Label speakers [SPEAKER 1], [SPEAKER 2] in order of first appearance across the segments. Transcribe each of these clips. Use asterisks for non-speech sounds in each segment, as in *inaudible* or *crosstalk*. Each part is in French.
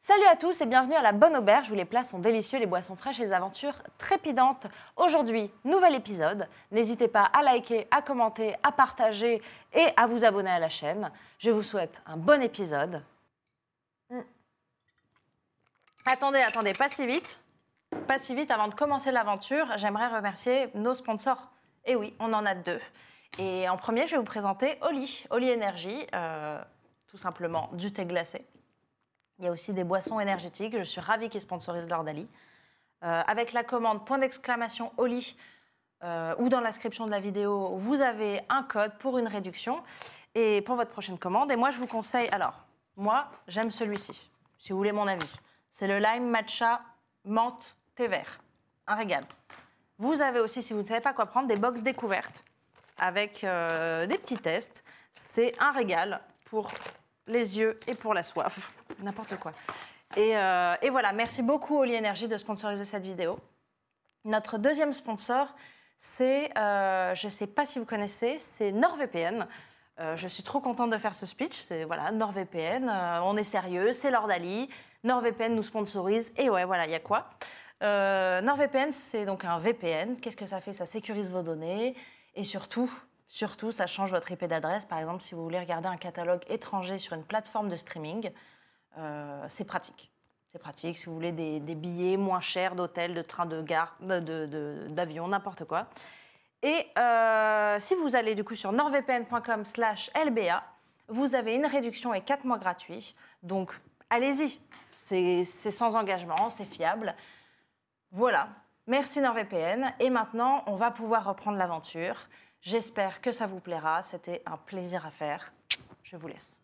[SPEAKER 1] Salut à tous et bienvenue à la Bonne Auberge où les plats sont délicieux, les boissons fraîches et les aventures trépidantes. Aujourd'hui, nouvel épisode. N'hésitez pas à liker, à commenter, à partager et à vous abonner à la chaîne. Je vous souhaite un bon épisode. Mm. Attendez, attendez, pas si vite. Pas si vite, avant de commencer l'aventure, j'aimerais remercier nos sponsors. Et oui, on en a deux. Et en premier, je vais vous présenter Oli, Oli Energy, euh, tout simplement du thé glacé. Il y a aussi des boissons énergétiques. Je suis ravie qu'ils sponsorisent leur Dali. Euh, avec la commande point d'exclamation Oli euh, ou dans la description de la vidéo, vous avez un code pour une réduction et pour votre prochaine commande. Et moi, je vous conseille. Alors, moi, j'aime celui-ci. Si vous voulez mon avis, c'est le lime matcha menthe thé vert. Un régal. Vous avez aussi, si vous ne savez pas quoi prendre, des box découvertes avec euh, des petits tests. C'est un régal pour les yeux et pour la soif. N'importe quoi. Et, euh, et voilà, merci beaucoup Oli Energy de sponsoriser cette vidéo. Notre deuxième sponsor, c'est, euh, je ne sais pas si vous connaissez, c'est NordVPN. Euh, je suis trop contente de faire ce speech. C'est voilà, NordVPN, euh, on est sérieux, c'est Lordali. NordVPN nous sponsorise. Et ouais, voilà, il y a quoi Euh, NordVPN, c'est donc un VPN. Qu'est-ce que ça fait Ça sécurise vos données. Et surtout, surtout, ça change votre IP d'adresse. Par exemple, si vous voulez regarder un catalogue étranger sur une plateforme de streaming, euh, c'est pratique. C'est pratique si vous voulez des, des billets moins chers d'hôtel, de train, de gare, de- de- de- d'avion, n'importe quoi. Et euh, si vous allez du coup sur nordvpn.com slash lba, vous avez une réduction et 4 mois gratuits. Donc allez-y, c'est c'est sans engagement, c'est fiable. Voilà, merci NordVPN. Et maintenant, on va pouvoir reprendre l'aventure. J'espère que ça vous plaira, c'était un plaisir à faire. Je vous laisse.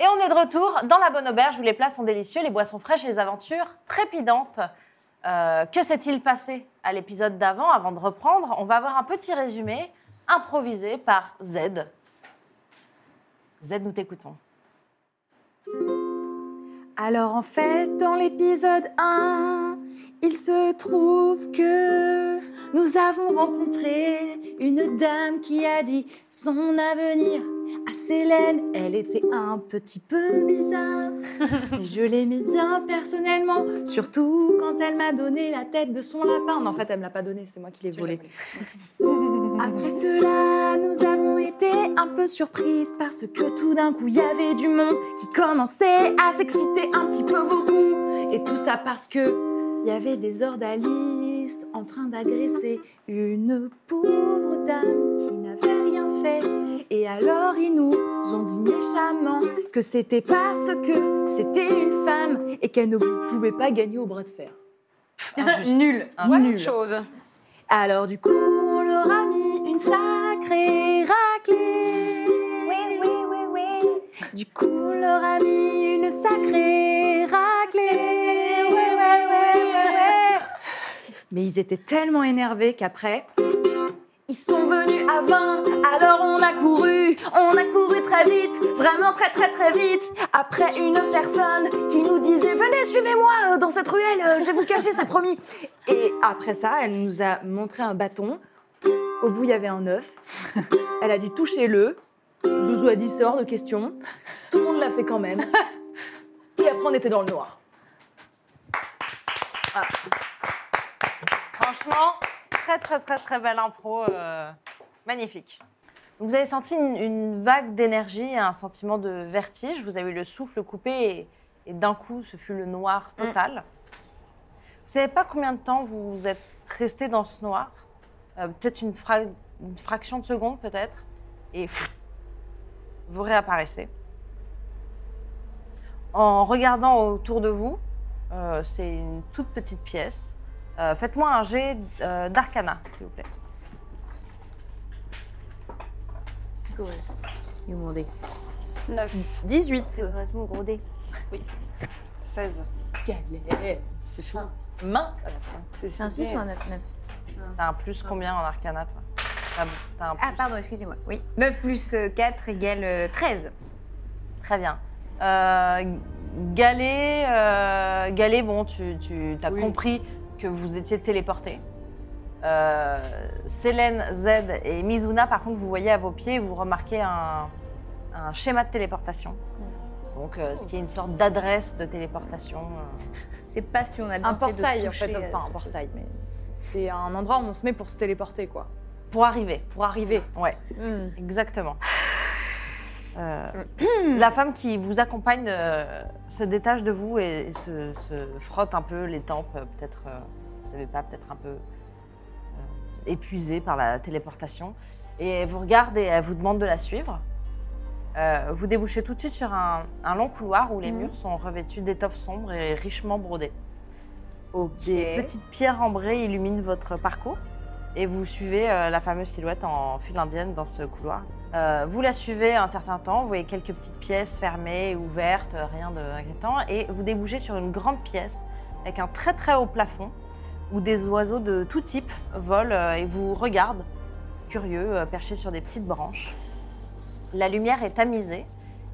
[SPEAKER 1] Et on est de retour dans la bonne auberge où les plats sont délicieux, les boissons fraîches et les aventures trépidantes. Euh, que s'est-il passé à l'épisode d'avant Avant de reprendre, on va avoir un petit résumé improvisé par Z. Z, nous t'écoutons.
[SPEAKER 2] Alors en fait, dans l'épisode 1, il se trouve que nous avons rencontré une dame qui a dit son avenir à Célène. Elle était un petit peu bizarre. mais Je l'aimais bien personnellement, surtout quand elle m'a donné la tête de son lapin. Non, en fait, elle me l'a pas donnée, c'est moi qui l'ai volée. Après cela, nous avons été un peu surprises parce que tout d'un coup, il y avait du monde qui commençait à s'exciter un petit peu beaucoup. Et tout ça parce que il y avait des ordalistes en train d'agresser une pauvre dame qui n'avait rien fait. Et alors ils nous ont dit méchamment que c'était parce que c'était une femme et qu'elle ne pouvait pas gagner au bras de fer.
[SPEAKER 3] Nul.
[SPEAKER 1] Voilà
[SPEAKER 3] Nul. chose.
[SPEAKER 2] Alors du coup, on leur a mis une sacrée raclée. Oui, oui, oui, oui. Du coup, on leur a mis une sacrée raclée. Ouais, ouais, ouais, ouais, ouais. Mais ils étaient tellement énervés qu'après, Ils sont venus à 20, alors on a couru, on a couru très vite, vraiment très très très vite, après une personne qui nous disait Venez, suivez-moi euh, dans cette ruelle, euh, je vais vous cacher, c'est promis. Et après ça, elle nous a montré un bâton. Au bout, il y avait un œuf. Elle a dit Touchez-le. Zouzou a dit C'est hors de question. Tout le monde l'a fait
[SPEAKER 4] *laughs*
[SPEAKER 2] quand même. Et après, on était dans le noir.
[SPEAKER 1] Franchement, très très très très belle impro, euh, magnifique. Donc, Vous avez senti une, une vague d'énergie, et un sentiment de vertige. Vous avez eu le souffle coupé et, et d'un coup, ce fut le noir total. Vous savez pas combien de temps vous êtes resté dans ce noir. Euh, peut-être une, fra- une fraction de seconde, peut-être. Et pff, vous réapparaissez. En regardant autour de vous, euh, c'est une toute petite pièce. Euh, Faites-moi un jet euh, d'arcana, s'il vous plaît.
[SPEAKER 5] Il mon dé.
[SPEAKER 6] 9,
[SPEAKER 2] 18.
[SPEAKER 5] Ça correspond au gros dé.
[SPEAKER 6] 16.
[SPEAKER 2] Galère.
[SPEAKER 6] C'est fou.
[SPEAKER 2] Mince à la fin.
[SPEAKER 5] C'est un 6 ou un 9 9.
[SPEAKER 1] T'as un plus combien en arcana, toi T'as- t'as un plus.
[SPEAKER 5] Ah, pardon, excusez-moi. Oui. 9 plus 4 égale euh, 13.
[SPEAKER 1] Très bien. Euh, Galé, euh, Galé, bon, tu, tu as
[SPEAKER 6] Oui.
[SPEAKER 1] compris que vous étiez téléportés. Euh, Célène, Z et Mizuna, par contre, vous voyez à vos pieds, vous remarquez un, un schéma de téléportation.
[SPEAKER 4] Mm.
[SPEAKER 1] Donc, euh, ce qui est une sorte d'adresse de téléportation. euh,
[SPEAKER 5] C'est pas si on a bien
[SPEAKER 4] Un
[SPEAKER 5] essayé de
[SPEAKER 4] portail, en
[SPEAKER 5] toucher,
[SPEAKER 4] fait.
[SPEAKER 5] euh,
[SPEAKER 4] Enfin, un portail, mais. C'est un endroit où on se met pour se téléporter, quoi.
[SPEAKER 1] pour arriver.
[SPEAKER 4] Pour arriver.
[SPEAKER 1] Ouais.
[SPEAKER 4] Hmm.
[SPEAKER 1] Exactement. Euh, la femme qui vous accompagne euh, se détache de vous et, et se, se frotte un peu les tempes, euh, peut-être, euh, vous savez pas, peut-être un peu euh, épuisée par la téléportation. Et elle vous regarde et elle vous demande de la suivre. Euh, vous débouchez tout de suite sur un, un long couloir où les murs sont revêtus d'étoffes sombres et richement brodées.
[SPEAKER 5] Ok.
[SPEAKER 1] Des petites pierres ambrées illuminent votre parcours et vous suivez euh, la fameuse silhouette en file indienne dans ce couloir. Euh, vous la suivez un certain temps, vous voyez quelques petites pièces fermées, ouvertes, euh, rien d'inquiétant, et vous débouchez sur une grande pièce avec un très très haut plafond où des oiseaux de tout type volent euh, et vous regardent, curieux, euh, perchés sur des petites branches. La lumière est tamisée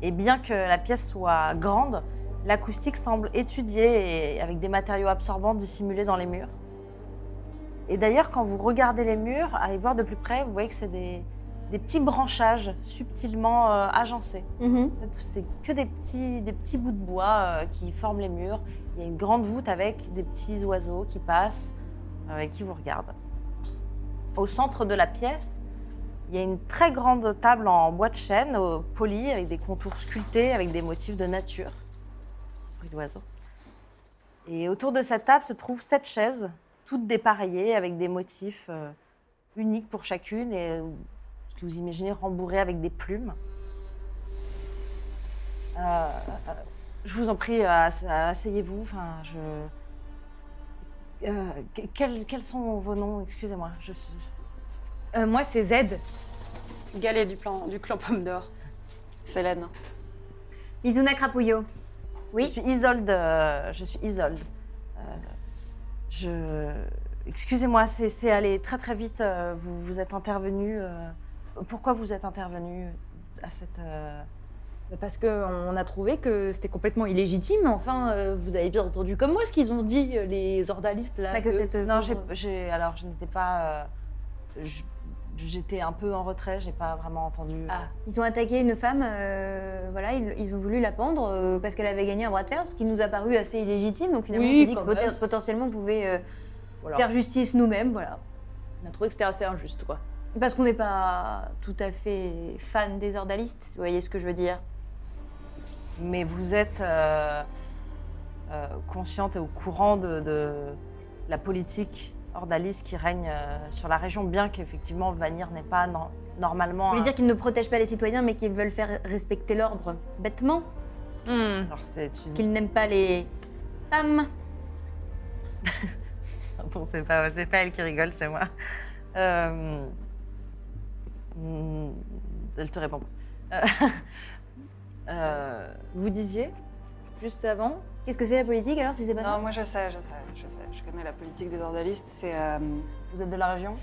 [SPEAKER 1] et bien que la pièce soit grande, L'acoustique semble étudiée et avec des matériaux absorbants dissimulés dans les murs. Et d'ailleurs, quand vous regardez les murs, à y voir de plus près, vous voyez que c'est des, des petits branchages subtilement euh, agencés.
[SPEAKER 2] Mhm.
[SPEAKER 1] En fait, C'est que des petits, des petits bouts de bois euh, qui forment les murs. Il y a une grande voûte avec des petits oiseaux qui passent euh, et qui vous regardent. Au centre de la pièce, il y a une très grande table en bois de chêne, euh, polie, avec des contours sculptés, avec des motifs de nature. Bruit d'oiseau. Et autour de cette table se trouvent sept chaises, toutes dépareillées, avec des motifs euh, uniques pour chacune, et euh, ce que vous imaginez rembourrées avec des plumes. Euh, euh, je vous en prie, euh, asse- asseyez-vous. Enfin, je. Euh, que- quels, quels sont vos noms Excusez-moi. Je... suis-
[SPEAKER 4] Euh, moi, c'est Z.
[SPEAKER 6] Galet du, plan, du clan Pomme d'Or. Célène.
[SPEAKER 5] Mizuna Crapouillot. Oui.
[SPEAKER 1] Je suis Isolde. euh, je suis Isolde. Euh, je. Excusez-moi, c'est c'est allé très très vite. euh, vous, vous êtes intervenu. euh, pourquoi vous êtes intervenu à cette. euh,
[SPEAKER 4] Parce qu'on a trouvé que c'était complètement illégitime. Enfin, euh, vous avez bien entendu comme moi ce qu'ils ont dit, euh, les ordalistes, là.
[SPEAKER 5] Pas que
[SPEAKER 4] que-
[SPEAKER 5] cette. euh,
[SPEAKER 1] Non,
[SPEAKER 5] pauvre-
[SPEAKER 1] j'ai- j'ai. Alors, je n'étais pas. euh, je- J'étais un peu en retrait. J'ai pas vraiment entendu. euh,
[SPEAKER 4] Ah.
[SPEAKER 5] Ils ont attaqué une femme, euh, voilà, ils, ils ont voulu la pendre euh, parce qu'elle avait gagné un bras de fer, ce qui nous a paru assez illégitime. Donc finalement,
[SPEAKER 4] Oui,
[SPEAKER 5] on s'est dit que
[SPEAKER 4] quand même.
[SPEAKER 5] poten- potentiellement on pouvait euh,
[SPEAKER 4] Voilà.
[SPEAKER 5] faire justice nous-mêmes, voilà.
[SPEAKER 4] On a trouvé que c'était assez injuste, quoi.
[SPEAKER 5] Parce qu'on n'est pas tout à fait fan des ordalistes, vous voyez ce que je veux dire
[SPEAKER 1] mais vous êtes euh, euh, consciente et au courant de, de la politique ordaliste qui règne euh, sur la région, bien qu'effectivement Vanir n'est pas no- normalement.
[SPEAKER 5] Vous voulez
[SPEAKER 1] un-
[SPEAKER 5] dire qu'ils ne protègent pas les citoyens, mais qu'ils veulent faire respecter l'ordre bêtement
[SPEAKER 1] Alors c'est une- *laughs*
[SPEAKER 5] Qu'ils n'aiment pas les femmes
[SPEAKER 1] Bon, c'est pas, c'est pas elle qui rigole, c'est moi. Euh, mm, Elle te répond. Euh, *laughs* euh,
[SPEAKER 4] Vous disiez, juste avant,
[SPEAKER 5] Qu'est-ce que c'est la politique alors si c'est pas
[SPEAKER 6] Non,
[SPEAKER 5] ça
[SPEAKER 6] moi je sais, je sais, je sais. Je connais la politique des ordalistes. C'est. euh,
[SPEAKER 1] vous êtes de la région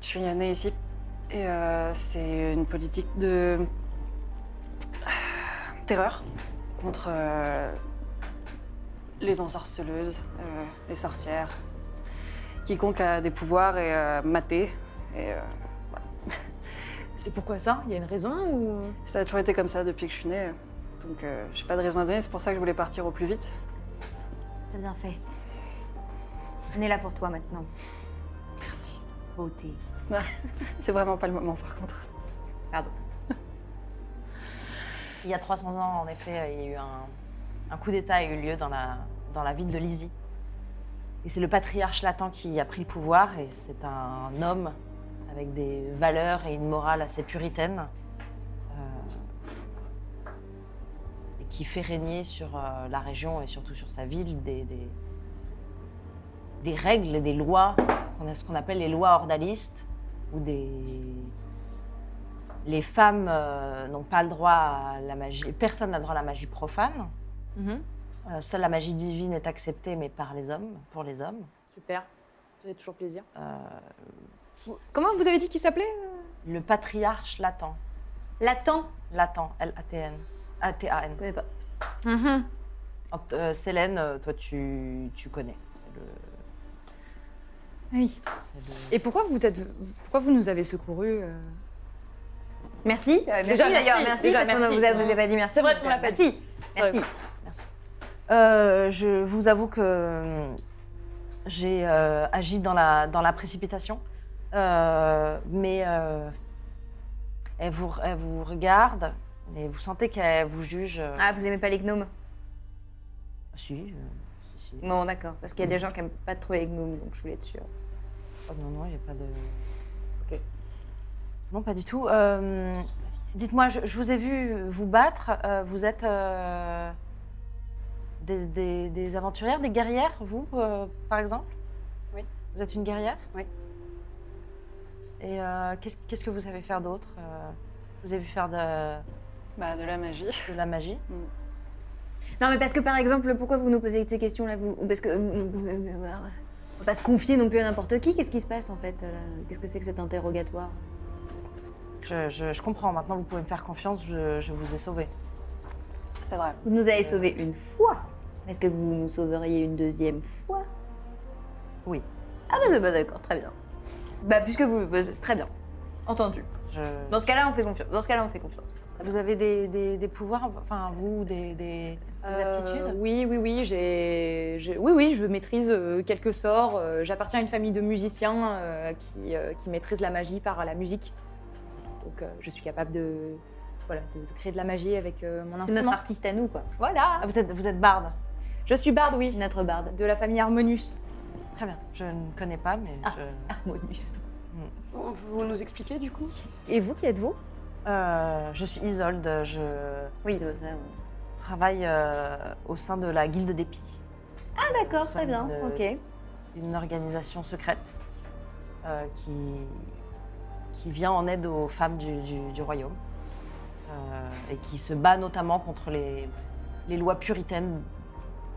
[SPEAKER 6] je suis née ici et euh, c'est une politique de euh, terreur contre euh, les ensorceleuses, euh, les sorcières. Quiconque a des pouvoirs est euh, maté. Et, euh,
[SPEAKER 2] C'est pourquoi ça Il y a une raison ou
[SPEAKER 6] ça a toujours été comme ça depuis que je suis née. Donc euh, j'ai pas de raison à donner, c'est pour ça que je voulais partir au plus vite.
[SPEAKER 5] T'as bien fait. On est là pour toi maintenant.
[SPEAKER 6] Merci.
[SPEAKER 5] Beauté.
[SPEAKER 6] C'est vraiment pas le moment par contre.
[SPEAKER 1] Il y a 300 ans, en effet, il y a eu un, un coup d'État a eu lieu dans la, dans la ville de Lizy. Et c'est le patriarche latin qui a pris le pouvoir, et c'est un homme avec des valeurs et une morale assez puritaine, euh, et qui fait régner sur euh, la région et surtout sur sa ville des, des, des règles et des lois, qu'on a ce qu'on appelle les lois ordalistes, ou des, les femmes euh, n'ont pas le droit à la magie, personne n'a le droit à la magie profane.
[SPEAKER 4] Mhm.
[SPEAKER 1] Euh, seule la magie divine est acceptée, mais par les hommes, pour les hommes.
[SPEAKER 2] Super. Ça fait toujours plaisir.
[SPEAKER 1] Euh,
[SPEAKER 2] Vous- Comment vous avez dit qu'il s'appelait
[SPEAKER 1] le patriarche Latin,
[SPEAKER 5] Latent.
[SPEAKER 1] Latin, L-A-T-N, A-T-A-N.
[SPEAKER 5] Je connais pas.
[SPEAKER 2] euh
[SPEAKER 5] Mhm.
[SPEAKER 1] Donc, euh, Célène, euh, toi tu, tu connais. C'est le-
[SPEAKER 2] Oui.
[SPEAKER 1] c'est le-
[SPEAKER 2] Et pourquoi vous êtes, pourquoi vous nous avez secourus euh
[SPEAKER 5] Merci. euh, merci
[SPEAKER 7] Déjà,
[SPEAKER 5] d'ailleurs,
[SPEAKER 7] merci.
[SPEAKER 5] merci,
[SPEAKER 7] Déjà,
[SPEAKER 5] parce qu'on ne
[SPEAKER 7] merci.
[SPEAKER 5] vous, a- vous a pas dit merci.
[SPEAKER 7] C'est vrai qu'on l'a pas
[SPEAKER 5] Merci.
[SPEAKER 7] C'est
[SPEAKER 5] Merci.
[SPEAKER 1] Euh, je vous avoue que euh, j'ai euh, agi dans la, dans la précipitation, Euh, mais euh, elle, vous, elle vous regarde et vous sentez qu'elle vous juge. euh,
[SPEAKER 5] Ah, vous aimez pas les gnomes
[SPEAKER 1] Si, euh, si, si.
[SPEAKER 5] Non, d'accord. Parce qu'il y a des gens qui aiment pas trop les gnomes, donc je voulais être sûre.
[SPEAKER 1] Oh, non, non, il n'y a pas de.
[SPEAKER 5] Ok.
[SPEAKER 1] Non, pas du tout. Euh, Dites-moi, je, je vous ai vu vous battre. euh, vous êtes euh, des, des- des aventurières, des guerrières, vous, euh, par exemple
[SPEAKER 7] Oui.
[SPEAKER 1] Vous êtes une guerrière
[SPEAKER 7] Oui.
[SPEAKER 1] Et euh, qu'est-ce qu'est-ce que vous savez faire d'autre Euh, Je vous ai vu faire de,
[SPEAKER 6] Bah de la magie.
[SPEAKER 1] de la magie.
[SPEAKER 5] Non, mais parce que par exemple, pourquoi vous nous posez ces questions-là vous Ou Parce que. euh, On va pas se confier non plus à n'importe qui. Qu'est-ce qui se passe en fait là Qu'est-ce que c'est que cet interrogatoire
[SPEAKER 1] Je, je- je comprends, maintenant vous pouvez me faire confiance, je, je vous ai sauvé.
[SPEAKER 6] C'est vrai.
[SPEAKER 5] Vous nous avez sauvés une fois. Est-ce que vous nous sauveriez une deuxième fois
[SPEAKER 1] Oui.
[SPEAKER 5] Ah, bah, bah, d'accord, très bien. Bah, puisque vous. bah, très bien. Entendu.
[SPEAKER 1] Je-
[SPEAKER 5] Dans ce cas-là, on fait confiance. Dans ce cas-là, on fait confiance.
[SPEAKER 1] Vous avez des, des- des pouvoirs, enfin vous, des, des- des
[SPEAKER 7] Euh,
[SPEAKER 1] aptitudes
[SPEAKER 7] Oui, oui, oui, j'ai, j'ai- oui, oui, je maîtrise euh, quelques sorts. euh, j'appartiens à une famille de musiciens euh, qui, euh, qui maîtrise la magie par la musique. Donc, euh, je suis capable de, voilà, de, de créer de la magie avec euh, mon
[SPEAKER 5] C'est notre
[SPEAKER 7] instrument.
[SPEAKER 5] artiste à nous, quoi.
[SPEAKER 7] Voilà.
[SPEAKER 1] Ah, vous êtes, vous êtes barde
[SPEAKER 7] Je suis barde, oui,
[SPEAKER 5] Notre barde.
[SPEAKER 7] de la famille Harmonius.
[SPEAKER 1] Très bien. Je ne connais pas, mais
[SPEAKER 5] Ah.
[SPEAKER 1] je...
[SPEAKER 5] Harmonius.
[SPEAKER 7] Vous nous expliquez du coup
[SPEAKER 2] Et vous, qui êtes-vous
[SPEAKER 1] Euh, je suis Isolde. Je
[SPEAKER 5] Oui, de ça. ouais.
[SPEAKER 1] travaille euh, au sein de la Guilde des Pies,
[SPEAKER 5] Ah, d'accord, très
[SPEAKER 1] Ça
[SPEAKER 5] bien.
[SPEAKER 1] me-
[SPEAKER 5] Ok.
[SPEAKER 1] une organisation secrète euh, qui, qui vient en aide aux femmes du, du- du royaume euh, et qui se bat notamment contre les, les lois puritaines.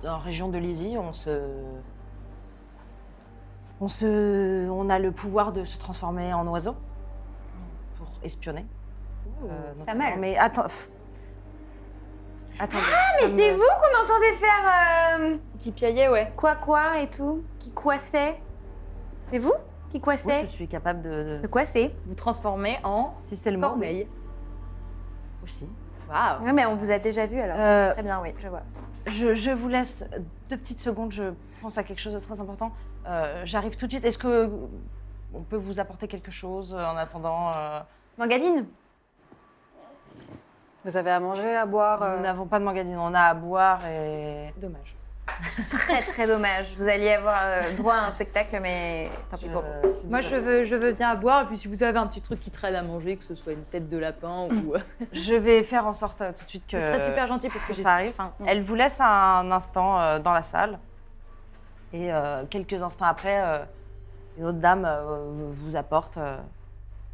[SPEAKER 1] En région de Lizy, on se... On, se, on a le pouvoir de se transformer en oiseau pour espionner. Euh,
[SPEAKER 5] pas
[SPEAKER 1] notamment.
[SPEAKER 5] mal. Ah,
[SPEAKER 1] Mais attends. pff. Attendez. ça
[SPEAKER 5] Mais c'est
[SPEAKER 1] me-
[SPEAKER 5] vous qu'on entendait faire euh,
[SPEAKER 7] Qui piaillait, ouais.
[SPEAKER 5] quoi quoi et tout Qui coissait C'est vous qui
[SPEAKER 1] Oui,
[SPEAKER 5] coissait
[SPEAKER 1] je suis capable de.
[SPEAKER 5] De
[SPEAKER 1] de-
[SPEAKER 5] quoi c'est
[SPEAKER 7] Vous transformez en
[SPEAKER 1] si c'est le mot. oui,
[SPEAKER 7] corneille.
[SPEAKER 1] Aussi.
[SPEAKER 7] Waouh.
[SPEAKER 5] Ouais, mais on vous a déjà vu alors.
[SPEAKER 1] Euh,
[SPEAKER 5] Très bien, oui, je vois.
[SPEAKER 1] je, je vous laisse deux petites secondes. Je pense à quelque chose de très important. Euh, J'arrive tout de suite. Est-ce que on peut vous apporter quelque chose en attendant euh,
[SPEAKER 5] Mangadine
[SPEAKER 6] Vous avez à manger, à boire euh,
[SPEAKER 1] Nous n'avons pas de mangadine. On a à boire et.
[SPEAKER 7] Dommage.
[SPEAKER 5] Très très dommage. Vous alliez avoir euh, droit à un spectacle, mais tant pis
[SPEAKER 1] Je-
[SPEAKER 5] pour vous.
[SPEAKER 1] c'est
[SPEAKER 2] Moi,
[SPEAKER 1] dommage.
[SPEAKER 2] je veux, je veux bien à boire. Et puis, si vous avez un petit truc qui traîne à manger, que ce soit une tête de lapin
[SPEAKER 1] *laughs*
[SPEAKER 2] ou.
[SPEAKER 1] Je vais faire en sorte euh, tout de suite que.
[SPEAKER 7] euh, Ce serait super gentil parce que
[SPEAKER 1] que
[SPEAKER 7] j'ai
[SPEAKER 1] ça arrive. Elle vous laisse un instant euh, dans la salle. Et euh, quelques instants après, euh, une autre dame euh, vous- vous apporte euh,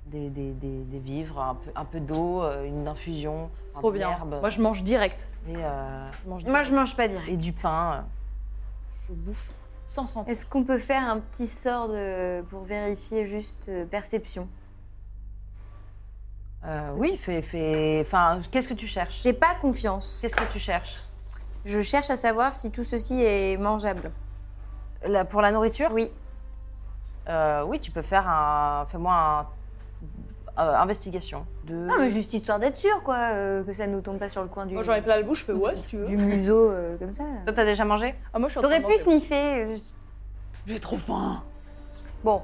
[SPEAKER 1] des, des- des- des vivres, un peu, un peu d'eau, euh, une infusion, un
[SPEAKER 7] trop
[SPEAKER 1] peu
[SPEAKER 7] bien.
[SPEAKER 1] d'herbe
[SPEAKER 7] Moi, je mange direct.
[SPEAKER 1] et, euh,
[SPEAKER 7] Je mange
[SPEAKER 5] Moi, je mange pas direct.
[SPEAKER 1] et du pain.
[SPEAKER 7] Je bouffe. sans sentir.
[SPEAKER 5] Est-ce qu'on peut faire un petit sort de... pour vérifier juste euh, perception
[SPEAKER 1] Euh, oui, fais, fais- Enfin, qu'est-ce que tu cherches
[SPEAKER 5] J'ai pas confiance.
[SPEAKER 1] Qu'est-ce que tu cherches
[SPEAKER 5] Je cherche à savoir si tout ceci est mangeable.
[SPEAKER 1] La- Pour la nourriture
[SPEAKER 5] Oui.
[SPEAKER 1] Euh, Oui, tu peux faire un. Fais-moi un. euh, investigation. De...
[SPEAKER 5] Non, Ah, mais juste histoire d'être sûr, quoi, euh, que ça nous tombe pas sur le coin du,
[SPEAKER 7] Moi j'en ai plein la bouche, je fais ouais si tu veux.
[SPEAKER 5] du museau euh, comme ça. là.
[SPEAKER 1] Toi, t'as déjà mangé
[SPEAKER 7] Ah, moi je suis en train
[SPEAKER 5] T'aurais
[SPEAKER 7] de
[SPEAKER 5] pu
[SPEAKER 7] manger.
[SPEAKER 5] sniffer. euh, je-
[SPEAKER 7] J'ai trop faim.
[SPEAKER 5] Bon,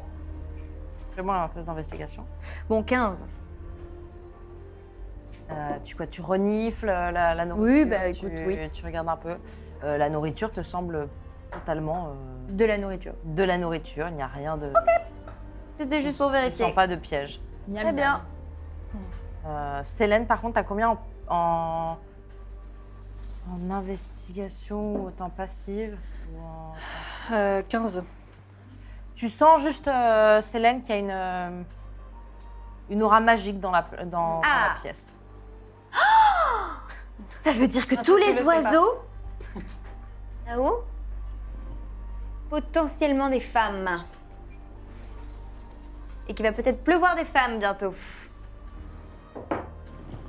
[SPEAKER 1] Fais-moi un test d'investigation.
[SPEAKER 5] bon, 15.
[SPEAKER 1] Euh, tu quoi Tu renifles euh, la, la nourriture
[SPEAKER 5] Oui, bah,
[SPEAKER 1] tu-
[SPEAKER 5] écoute, oui.
[SPEAKER 1] Tu regardes un peu. Euh, la nourriture te semble totalement euh,
[SPEAKER 5] De la nourriture.
[SPEAKER 1] de la nourriture. Il n'y a rien de.
[SPEAKER 5] C'était juste pour
[SPEAKER 1] Tu ne
[SPEAKER 5] vérifier.
[SPEAKER 1] sens pas de piège.
[SPEAKER 5] Très bien.
[SPEAKER 1] Euh, Célène, par contre, t'as combien en, en, en investigation ou en temps passive ou en-
[SPEAKER 6] Euh, 15.
[SPEAKER 1] Tu sens juste, euh, Célène, qu'il y a une, euh, une aura magique dans la, dans, dans
[SPEAKER 5] Ah.
[SPEAKER 1] la pièce.
[SPEAKER 5] Ça veut dire que
[SPEAKER 6] Un
[SPEAKER 5] tous
[SPEAKER 6] truc que
[SPEAKER 5] les
[SPEAKER 6] je sais pas. *laughs*
[SPEAKER 5] oiseaux là-haut, c'est potentiellement des femmes. Et qu'il va peut-être pleuvoir des femmes bientôt.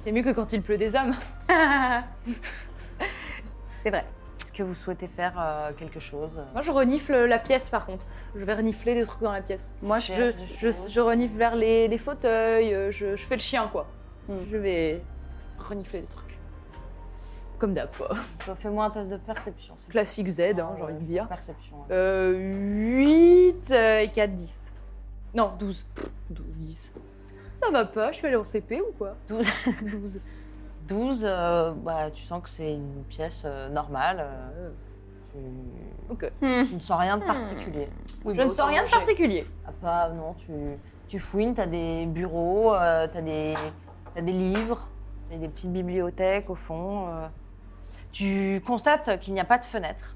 [SPEAKER 7] C'est mieux que quand il pleut des hommes. *laughs*
[SPEAKER 5] C'est vrai.
[SPEAKER 1] Est-ce que vous souhaitez faire euh, quelque chose
[SPEAKER 7] Moi je renifle la pièce par contre. Je vais renifler des trucs dans la pièce.
[SPEAKER 6] Moi,
[SPEAKER 7] Je,
[SPEAKER 6] je.
[SPEAKER 7] je- je renifle vers les, les fauteuils, euh, je, je fais le chien quoi.
[SPEAKER 6] Hmm.
[SPEAKER 7] Je vais renifler des trucs. Comme d'hab quoi. *laughs*
[SPEAKER 1] Euh, Fais-moi un test de perception. s'il te plaît.
[SPEAKER 7] Classique Z, hein, j'ai envie de dire.
[SPEAKER 1] Perception. hein.
[SPEAKER 7] Euh, 8 euh, et 4, 10. Non, 12. Pff, 12, 10. Ça va pas, je suis allée en CP ou quoi
[SPEAKER 1] 12.
[SPEAKER 7] 12.
[SPEAKER 1] 12, euh, bah, tu sens que c'est une pièce euh, normale. euh, tu-
[SPEAKER 7] Ok.
[SPEAKER 1] tu ne sens
[SPEAKER 7] Hmm.
[SPEAKER 1] rien de particulier.
[SPEAKER 7] je ne sens rien de particulier.
[SPEAKER 1] Ah, pas, non, tu, tu fouines, t'as des bureaux, euh, t'as des, t'as des livres, t'as des petites bibliothèques au fond. euh. Tu constates qu'il n'y a pas de fenêtre,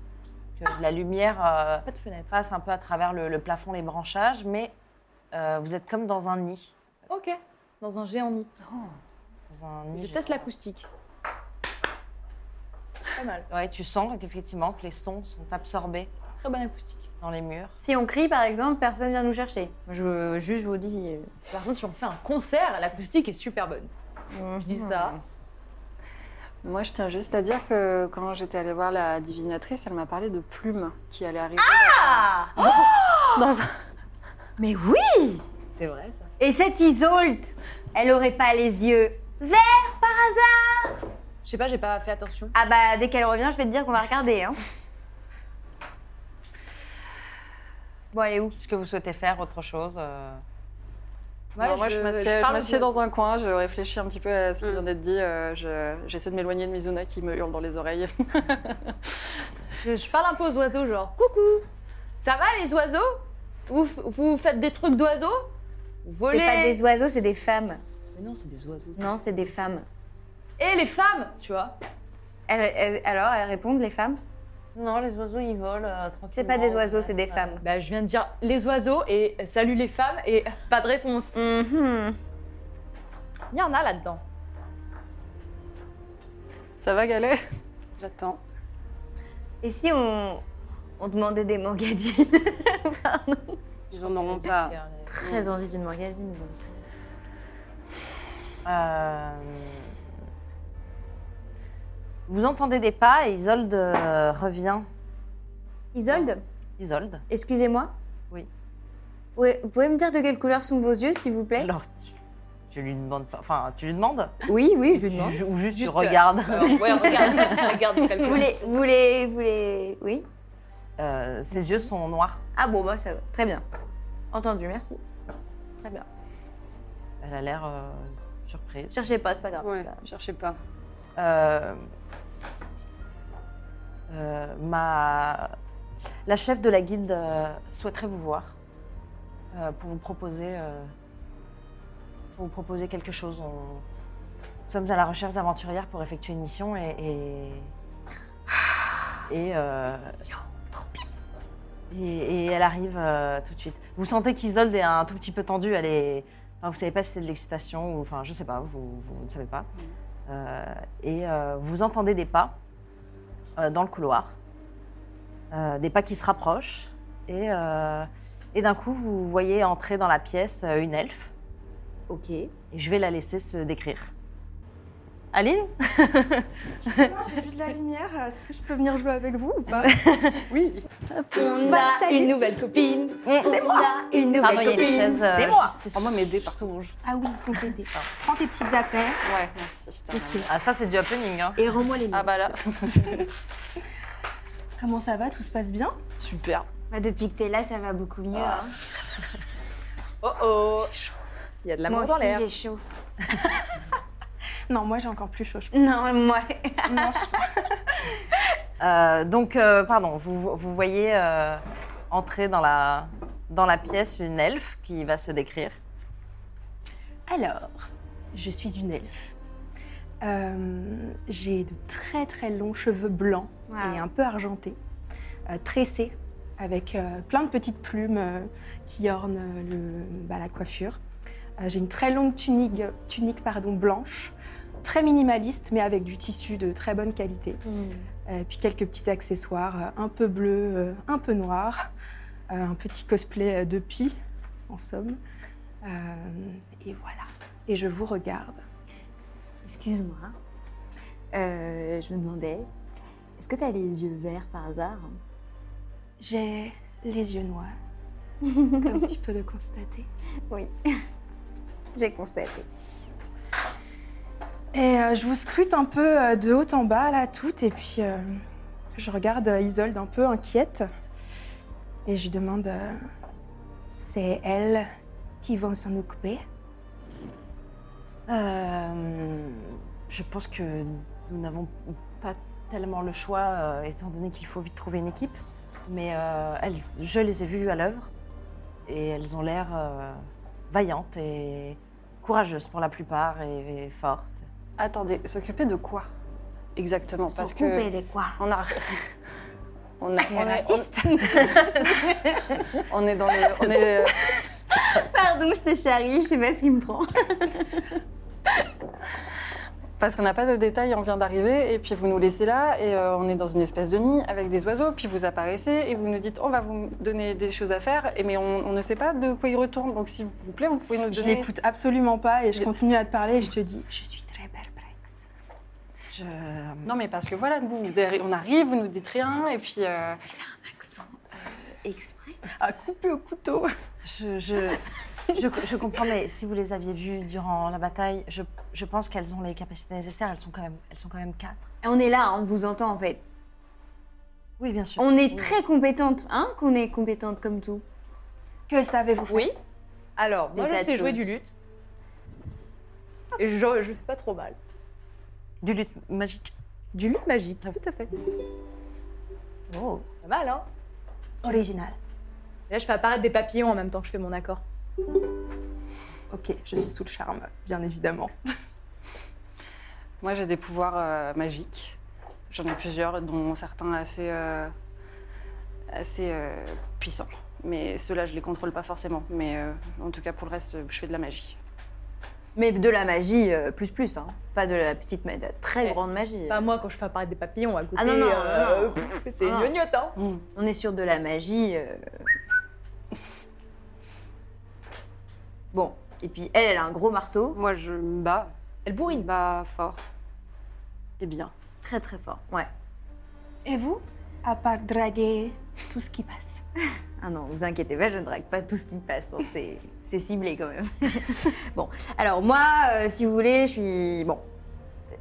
[SPEAKER 1] que de la lumière euh,
[SPEAKER 7] Pas de fenêtre.
[SPEAKER 1] passe un peu à travers le, le plafond, les branchages, mais euh, vous êtes comme dans un nid.
[SPEAKER 7] Ok. Dans un géant nid.
[SPEAKER 1] Dans un nid
[SPEAKER 7] Je
[SPEAKER 1] géant.
[SPEAKER 7] teste l'acoustique. Pas mal.
[SPEAKER 1] Ouais, tu sens qu'effectivement que les sons sont absorbés
[SPEAKER 7] Très bonne acoustique.
[SPEAKER 1] dans les murs.
[SPEAKER 5] Si on crie, par exemple, personne vient nous chercher. Je, juste, je vous dis. euh,
[SPEAKER 7] Par contre, si on fait un concert, l'acoustique est super bonne. Je dis ça.
[SPEAKER 6] Moi, je tiens juste à dire que quand j'étais allée voir la divinatrice, elle m'a parlé de plumes qui allaient arriver.
[SPEAKER 5] Ah
[SPEAKER 6] *gasps* dans un-
[SPEAKER 5] *gasps* Mais oui
[SPEAKER 7] C'est vrai ça.
[SPEAKER 5] Et cette Isolde, elle aurait pas les yeux verts par hasard
[SPEAKER 7] Je sais pas, j'ai pas fait attention.
[SPEAKER 5] Ah bah, dès qu'elle revient, je vais te dire qu'on va regarder. Hein. Bon, elle est où
[SPEAKER 1] Est-ce que vous souhaitez faire autre chose euh
[SPEAKER 7] Ouais,
[SPEAKER 6] Non, moi, je, m'assieds, je
[SPEAKER 7] parle
[SPEAKER 6] m'assieds
[SPEAKER 7] de-
[SPEAKER 6] dans un coin, je réfléchis un petit peu à ce qui vient d'être dit. euh, je- j'essaie de m'éloigner de Mizuna qui me hurle dans les oreilles. *laughs*
[SPEAKER 7] Je, je parle un peu aux oiseaux, genre coucou, ça va les oiseaux vous, f- vous faites des trucs d'oiseaux Vous
[SPEAKER 5] C'est
[SPEAKER 7] volez
[SPEAKER 5] pas des oiseaux, c'est des femmes.
[SPEAKER 7] Mais non, c'est des oiseaux.
[SPEAKER 5] Non, c'est des femmes.
[SPEAKER 7] Et les femmes, tu vois
[SPEAKER 5] Elles- elles- alors, elles répondent, les femmes
[SPEAKER 1] Non, les oiseaux, ils volent euh, tranquillement.
[SPEAKER 5] C'est pas des oiseaux, c'est des
[SPEAKER 1] Ouais.
[SPEAKER 5] femmes.
[SPEAKER 7] Bah, je viens de dire les oiseaux et salut les femmes et *laughs* pas de réponse.
[SPEAKER 5] Mhm.
[SPEAKER 7] Il y en a là-dedans.
[SPEAKER 6] Ça va, Galet
[SPEAKER 8] J'attends.
[SPEAKER 5] Et si on, on demandait des mangadines Pardon.
[SPEAKER 8] Ils en auront pas.
[SPEAKER 5] Très envie d'une mangadine. bon sang.
[SPEAKER 1] Euh, Vous entendez des pas et Isolde euh, revient.
[SPEAKER 5] Isolde,
[SPEAKER 1] Isolde
[SPEAKER 5] excusez-moi.
[SPEAKER 1] Oui.
[SPEAKER 5] Vous vous pouvez me dire de quelle couleur sont vos yeux, s'il vous plaît
[SPEAKER 1] Alors, tu, tu lui demandes pas. Enfin, tu lui demandes
[SPEAKER 5] Oui, oui, je lui
[SPEAKER 1] Tu-
[SPEAKER 5] demande. euh,
[SPEAKER 1] Ou juste, tu
[SPEAKER 7] Juste,
[SPEAKER 1] regardes
[SPEAKER 7] Alors, ouais, regarde, regarde, calcule.
[SPEAKER 5] Vous les, vous les, vous les... Oui
[SPEAKER 1] Euh, Ses yeux sont noirs.
[SPEAKER 5] Ah bon, bah ça va. Très bien. Entendu, merci. Très bien.
[SPEAKER 1] Elle a l'air euh, surprise.
[SPEAKER 5] Cherchez pas, c'est pas grave.
[SPEAKER 8] Ouais,
[SPEAKER 5] c'est pas grave.
[SPEAKER 8] cherchez pas.
[SPEAKER 1] Euh, euh, ma... La chef de la guilde euh, souhaiterait vous voir euh, pour vous proposer, euh, pour vous proposer quelque chose. On- Nous sommes à la recherche d'aventurières pour effectuer une mission et et et, euh, et, et elle arrive euh, tout de suite. Vous sentez qu'Isolde est un tout petit peu tendue. Elle est, enfin, vous savez pas si c'est de l'excitation ou enfin je sais pas. Vous, vous ne savez pas. Euh, et euh, vous entendez des pas euh, dans le couloir. euh, des pas qui se rapprochent. Et, euh, et d'un coup, vous voyez entrer dans la pièce euh, une elfe.
[SPEAKER 5] Ok.
[SPEAKER 1] Et je vais la laisser se décrire. Aline
[SPEAKER 9] J'ai vu de la lumière.
[SPEAKER 6] euh,
[SPEAKER 9] Est-ce que je peux venir jouer avec vous ou pas
[SPEAKER 6] Oui.
[SPEAKER 10] On
[SPEAKER 9] Bah,
[SPEAKER 10] a
[SPEAKER 9] salut.
[SPEAKER 10] une nouvelle copine.
[SPEAKER 5] On a une nouvelle
[SPEAKER 1] Pardon, il y a une
[SPEAKER 5] Ah, copine.
[SPEAKER 1] chaise, euh,
[SPEAKER 5] C'est moi.
[SPEAKER 1] juste ici.
[SPEAKER 6] Rends-moi mes dés par seconde.
[SPEAKER 9] Ah oui, ils sont aidés. Prends tes petites affaires
[SPEAKER 6] *laughs* Ouais, merci. je t'en remercie.
[SPEAKER 1] Ah, ça, c'est du happening. Hein.
[SPEAKER 9] et rends-moi les miennes.
[SPEAKER 6] Ah bah là.
[SPEAKER 9] Comment ça va Tout se passe bien
[SPEAKER 6] Super.
[SPEAKER 5] Bah, depuis que t'es là, ça va beaucoup mieux.
[SPEAKER 7] Ah.
[SPEAKER 5] hein.
[SPEAKER 7] Oh oh Il y a de l'amour
[SPEAKER 5] Moi
[SPEAKER 7] dans
[SPEAKER 5] aussi,
[SPEAKER 7] l'air.
[SPEAKER 5] j'ai chaud.
[SPEAKER 9] Non, moi j'ai encore plus chaud. je
[SPEAKER 5] Non, moi.
[SPEAKER 6] hein.
[SPEAKER 9] pense. Non, je-
[SPEAKER 1] Euh, donc, euh, pardon, vous, vous voyez euh, entrer dans la, dans la pièce une elfe qui va se décrire.
[SPEAKER 9] Alors, je suis une elfe. Euh, j'ai de très très longs cheveux blancs
[SPEAKER 5] Waouh.
[SPEAKER 9] et un peu argentés, euh, tressés, avec euh, plein de petites plumes euh, qui ornent euh, le- bah, la coiffure. Euh, j'ai une très longue tunique, tunique pardon, blanche, très minimaliste, mais avec du tissu de très bonne qualité. Euh, puis quelques petits accessoires, euh, un peu bleu, euh, un peu noir, euh, un petit cosplay euh, de pie, en somme. Euh, et voilà. Et je vous regarde.
[SPEAKER 5] Excuse-moi. Euh, je me demandais, est-ce que t'as les yeux verts par hasard
[SPEAKER 9] J'ai les yeux noirs, comme tu peux le constater.
[SPEAKER 5] Oui. j'ai constaté.
[SPEAKER 9] Et euh, je vous scrute un peu euh, de haut en bas, là, toutes, et puis euh, je regarde euh, Isolde un peu inquiète. Et je lui demande euh, c'est elle qui vont s'en occuper
[SPEAKER 1] Euh, je pense que nous n'avons pas tellement le choix, euh, étant donné qu'il faut vite trouver une équipe. Mais euh, elles, je les ai vues à l'œuvre et elles ont l'air euh, vaillantes et courageuses pour la plupart et, et fortes.
[SPEAKER 6] Attendez, s'occuper de quoi Exactement, parce que
[SPEAKER 5] Coupé des quoi
[SPEAKER 6] on a on a on est,
[SPEAKER 5] *laughs*
[SPEAKER 6] on- on est dans les on est
[SPEAKER 5] Pardon, je te charrie, je sais pas ce qui me prend.
[SPEAKER 6] parce qu'on n'a pas de détails, on vient d'arriver et puis vous nous laissez là et euh, on est dans une espèce de nid avec des oiseaux, puis vous apparaissez et vous nous dites on va vous donner des choses à faire et mais on, on ne sait pas de quoi ils retournent donc s'il vous plaît vous pouvez nous
[SPEAKER 9] Je
[SPEAKER 6] donner
[SPEAKER 9] l'écoute absolument pas et je continue à te parler et je te dis je suis très perplexe.
[SPEAKER 1] Je...
[SPEAKER 6] Non mais parce que voilà vous, vous arri- on arrive vous nous dites rien et puis euh,
[SPEAKER 5] Exprès
[SPEAKER 9] à couper au couteau.
[SPEAKER 1] Je,
[SPEAKER 5] *laughs*
[SPEAKER 1] je, je- je comprends, mais si vous les aviez vues durant la bataille, je, je pense qu'elles ont les capacités nécessaires. Elles sont quand même, elles sont quand même quatre.
[SPEAKER 5] On est là, on vous entend en fait.
[SPEAKER 1] Oui, bien sûr.
[SPEAKER 5] On est très compétente, hein Qu'on est compétente comme tout.
[SPEAKER 9] Que savez-vous faire
[SPEAKER 7] Oui. Alors, moi
[SPEAKER 5] Des tas
[SPEAKER 7] je
[SPEAKER 5] de
[SPEAKER 7] sais jouer
[SPEAKER 5] choses.
[SPEAKER 7] du luth. Et je, je fais pas trop mal.
[SPEAKER 1] Du lutte magique.
[SPEAKER 7] Du luth magique, Ah, tout à fait.
[SPEAKER 1] Oh.
[SPEAKER 7] Pas mal, hein
[SPEAKER 9] Original.
[SPEAKER 7] Là, je fais apparaître des papillons en même temps que je fais mon accord.
[SPEAKER 9] Ok, je suis sous le charme, bien évidemment.
[SPEAKER 6] moi j'ai des pouvoirs euh, magiques. J'en ai plusieurs dont certains assez euh, assez euh, puissants. Mais ceux-là, je les contrôle pas forcément. Mais euh, en tout cas, pour le reste, je fais de la magie.
[SPEAKER 5] Mais de la magie euh, plus plus, hein. Pas de la petite, mais de la très
[SPEAKER 7] Eh,
[SPEAKER 5] grande magie.
[SPEAKER 7] Pas moi quand je fais apparaître des papillons à côté.
[SPEAKER 5] Ah non, non,
[SPEAKER 7] euh,
[SPEAKER 5] non.
[SPEAKER 7] pff, c'est
[SPEAKER 5] Ah.
[SPEAKER 7] une gnognotte, hein
[SPEAKER 5] On est sur de la magie. euh. Bon, et puis elle, elle a un gros marteau,
[SPEAKER 6] Moi, je me bats.
[SPEAKER 7] Elle
[SPEAKER 6] Je me
[SPEAKER 7] bourrine.
[SPEAKER 6] bats fort. Et bien.
[SPEAKER 5] très très fort. Ouais.
[SPEAKER 9] Et vous À part draguer tout ce qui passe.
[SPEAKER 5] *laughs* Ah non, vous inquiétez pas, je ne drague pas tout ce qui passe. hein, c'est, c'est ciblé quand même. *laughs* bon, alors moi, euh, si vous voulez, je suis. Bon,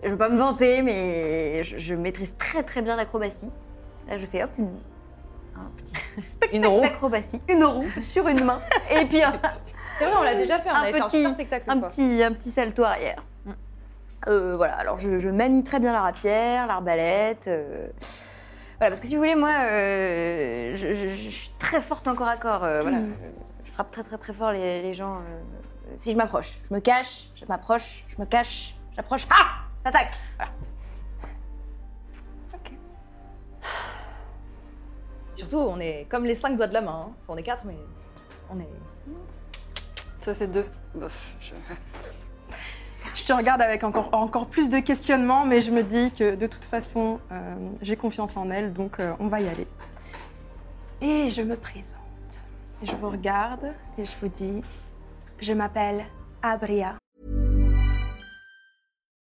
[SPEAKER 5] je ne veux pas me vanter, mais je, je maîtrise très très bien l'acrobatie. Là, je fais hop, une, un petit
[SPEAKER 1] Une roue.
[SPEAKER 5] acrobatie, une roue sur une main, et puis *laughs* un,
[SPEAKER 7] C'est vrai, on l'a déjà fait, on
[SPEAKER 5] Un
[SPEAKER 7] avait fait un
[SPEAKER 5] petit-
[SPEAKER 7] super spectacle.
[SPEAKER 5] un
[SPEAKER 7] une fois.
[SPEAKER 5] petit, un petit salto arrière.
[SPEAKER 7] Mm.
[SPEAKER 5] Euh, voilà, alors je, je manie très bien la rapière, l'arbalète. euh, Voilà, parce que si vous voulez, moi, euh, je, je- je suis très forte en corps à corps. euh, voilà. Je, je frappe très très très fort les, les gens. euh, si je m'approche, je me cache, je m'approche, je me cache, j'approche. Ah J'attaque
[SPEAKER 7] Surtout, on est comme les cinq doigts de la main. hein. Enfin, On est quatre, mais on est.
[SPEAKER 6] Ça, c'est deux. Bof, je-
[SPEAKER 9] Je te regarde avec encore, encore plus de questionnements, mais je me dis que de toute façon, euh, j'ai confiance en elle, donc euh, on va y aller. Et je me présente. Je vous regarde et je vous dis, je m'appelle Abria.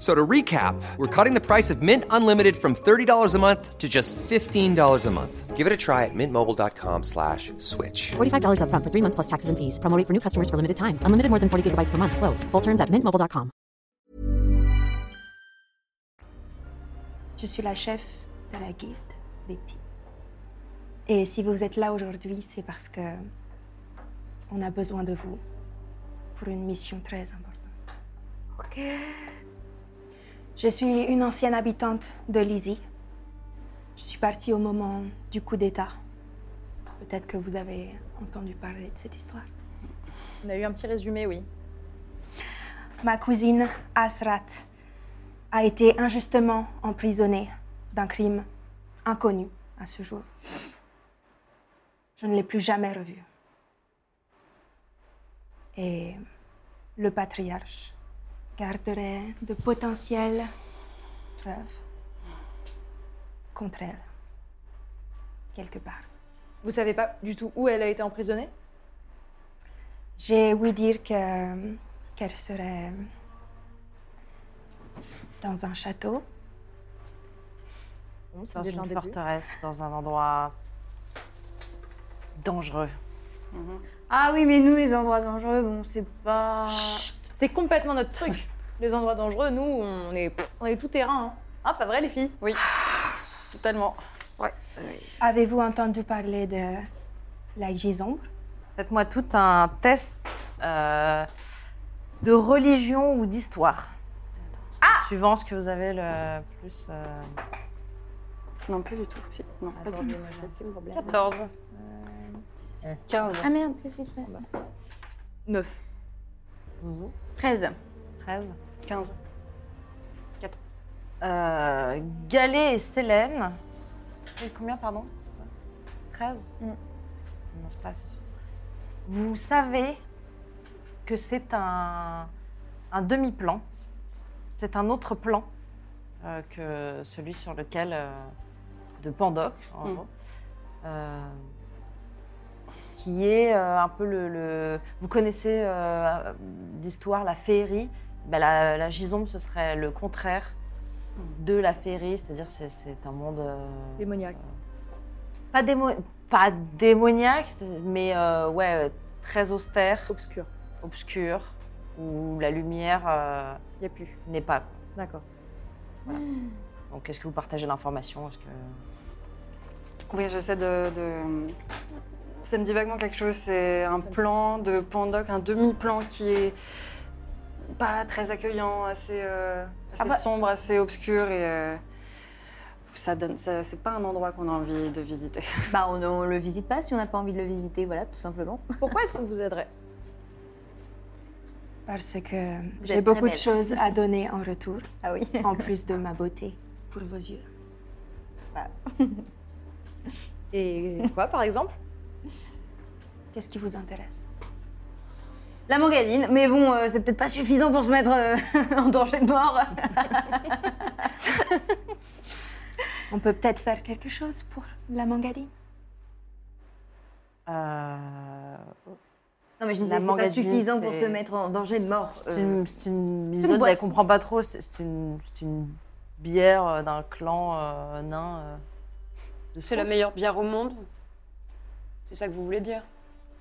[SPEAKER 11] So to recap, we're cutting the price of Mint Unlimited from $30 a month to just $15 a month. Give it a try at mintmobile.com slash switch.
[SPEAKER 12] $45 upfront for three months plus taxes and fees. Promo rate for new customers for limited time. Unlimited more than 40 gigabytes per month. Slows. Full terms at mintmobile.com.
[SPEAKER 9] Je suis la chef de la guilde des pies. Et si vous êtes là aujourd'hui, c'est parce que on a besoin de vous pour une mission très importante.
[SPEAKER 5] Ok.
[SPEAKER 9] Je suis une ancienne habitante de Lizzie. Je suis partie au moment du coup d'État. Peut-être que vous avez entendu parler de cette histoire.
[SPEAKER 7] On a eu un petit résumé, oui.
[SPEAKER 9] Ma cousine Asrat a été injustement emprisonnée d'un crime inconnu à ce jour. Je ne l'ai plus jamais revue. Et le patriarche garderait de potentielles preuves contre elle, quelque part.
[SPEAKER 7] Vous savez pas du tout où elle a été emprisonnée
[SPEAKER 9] J'ai ouï dire que qu'elle serait dans un château.
[SPEAKER 1] Dans une forteresse, dans un endroit dangereux.
[SPEAKER 5] Ah oui, mais nous, les endroits dangereux, bon, c'est pas.
[SPEAKER 7] C'est complètement notre truc. *laughs* Les endroits dangereux, nous, on est, on est tout terrain. hein. Ah, pas vrai, les filles
[SPEAKER 6] Oui, totalement. Ouais.
[SPEAKER 9] Avez-vous entendu parler de la gisombre
[SPEAKER 1] Faites-moi tout un test euh, de religion ou d'histoire.
[SPEAKER 5] Ah
[SPEAKER 1] Suivant ce que vous avez le plus. euh,
[SPEAKER 6] Non, plus du tout. Si, non, pas du tout.
[SPEAKER 7] Ça, c'est le problème.
[SPEAKER 6] 14.
[SPEAKER 7] 15.
[SPEAKER 5] Ah merde, qu'est-ce qui se passe
[SPEAKER 7] 9.
[SPEAKER 5] 13.
[SPEAKER 1] 13.
[SPEAKER 6] 15.
[SPEAKER 7] 14.
[SPEAKER 1] Euh, Galet et Célène. Et combien, pardon 13 Non, c'est pas assez sûr. Vous savez que c'est un, un demi-plan. C'est un autre plan euh, que celui sur lequel. euh, de Pandoc, en
[SPEAKER 6] Mm.
[SPEAKER 1] gros. Euh, qui est euh, un peu le. le- Vous connaissez euh, d'histoire la féerie Ben, la, la gisombe, ce serait le contraire de la féerie, c'est-à-dire c'est, c'est un monde. euh,
[SPEAKER 7] Démoniaque.
[SPEAKER 1] pas, démo- pas démoniaque, c'est- mais euh, ouais, très austère.
[SPEAKER 7] Obscur.
[SPEAKER 1] Obscur, où la lumière euh,
[SPEAKER 7] Y a plus.
[SPEAKER 1] n'est pas.
[SPEAKER 7] D'accord.
[SPEAKER 1] Voilà. Donc est-ce que vous partagez l'information Est-ce que...
[SPEAKER 6] Oui, je sais de, de- Ça me dit vaguement quelque chose. C'est un plan de Pandoc, un demi-plan qui est pas très accueillant, assez, euh,
[SPEAKER 13] Ah
[SPEAKER 6] assez
[SPEAKER 13] bah-
[SPEAKER 6] sombre, assez obscur et. euh, Ça donne, ça- c'est pas un endroit qu'on a envie de visiter.
[SPEAKER 5] Bah, on, on le visite pas si on n'a pas envie de le visiter, voilà, tout simplement. *laughs*
[SPEAKER 7] Pourquoi est-ce qu'on vous aiderait
[SPEAKER 9] Parce que
[SPEAKER 5] êtes très
[SPEAKER 9] j'ai beaucoup de
[SPEAKER 5] belle.
[SPEAKER 9] choses à donner en retour,
[SPEAKER 5] Ah oui.
[SPEAKER 9] en plus de ma beauté pour vos yeux.
[SPEAKER 7] Et quoi, par exemple
[SPEAKER 9] Qu'est-ce qui vous intéresse
[SPEAKER 5] La mangadine, mais bon, euh, c'est peut-être pas suffisant pour se mettre euh, *laughs* en danger de mort.
[SPEAKER 9] On peut peut-être faire quelque chose pour la mangadine
[SPEAKER 1] Euh,
[SPEAKER 5] Non, mais je disais,
[SPEAKER 1] La
[SPEAKER 5] c'est pas
[SPEAKER 1] mangadine,
[SPEAKER 5] suffisant pour
[SPEAKER 1] c'est-
[SPEAKER 5] se mettre en danger de mort. euh.
[SPEAKER 1] C'est une, euh, c'est une misogyne,
[SPEAKER 5] boisson.
[SPEAKER 1] elle comprend pas trop. C'est c'est une, c'est une bière euh, d'un clan euh, nain. euh, de
[SPEAKER 13] C'est la
[SPEAKER 1] France.
[SPEAKER 13] meilleure bière au monde C'est ça que vous voulez dire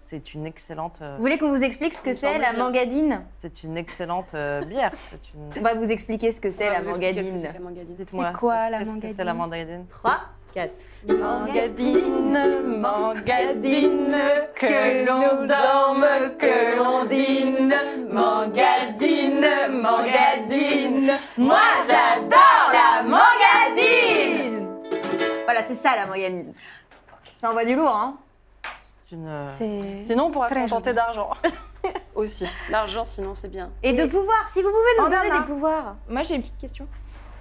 [SPEAKER 1] C'est une excellente. euh,
[SPEAKER 5] Vous voulez qu'on vous explique ce que c'est
[SPEAKER 13] semble
[SPEAKER 5] la
[SPEAKER 13] bien.
[SPEAKER 5] mangadine
[SPEAKER 1] C'est une excellente euh, bière. C'est une.
[SPEAKER 5] On va vous expliquer ce que c'est
[SPEAKER 13] On va
[SPEAKER 5] la
[SPEAKER 13] vous expliquer ce que
[SPEAKER 5] mangadine.
[SPEAKER 13] c'est que la mangadine.
[SPEAKER 1] Dites-moi,
[SPEAKER 9] C'est quoi,
[SPEAKER 1] qu'est-ce
[SPEAKER 9] la
[SPEAKER 1] que C'est
[SPEAKER 9] mangadine
[SPEAKER 1] la mangadine.
[SPEAKER 10] 3, 4.
[SPEAKER 13] Mangadine, mangadine,
[SPEAKER 10] que l'on dorme, que l'on dîne. Mangadine, mangadine, moi j'adore la
[SPEAKER 5] Ah,
[SPEAKER 10] mangadine.
[SPEAKER 5] Voilà, c'est ça la mangadine. Ça envoie du lourd, hein
[SPEAKER 1] C'est une. euh,
[SPEAKER 9] C'est
[SPEAKER 6] Sinon, on pourra se
[SPEAKER 9] Très
[SPEAKER 6] contenter
[SPEAKER 1] *laughs*
[SPEAKER 9] joli.
[SPEAKER 6] d'argent. Aussi.
[SPEAKER 13] L'argent, sinon, c'est bien.
[SPEAKER 5] Et de pouvoir, si vous pouvez nous
[SPEAKER 7] Oh,
[SPEAKER 5] donner
[SPEAKER 7] nana.
[SPEAKER 5] des pouvoirs.
[SPEAKER 7] Moi, j'ai une petite question.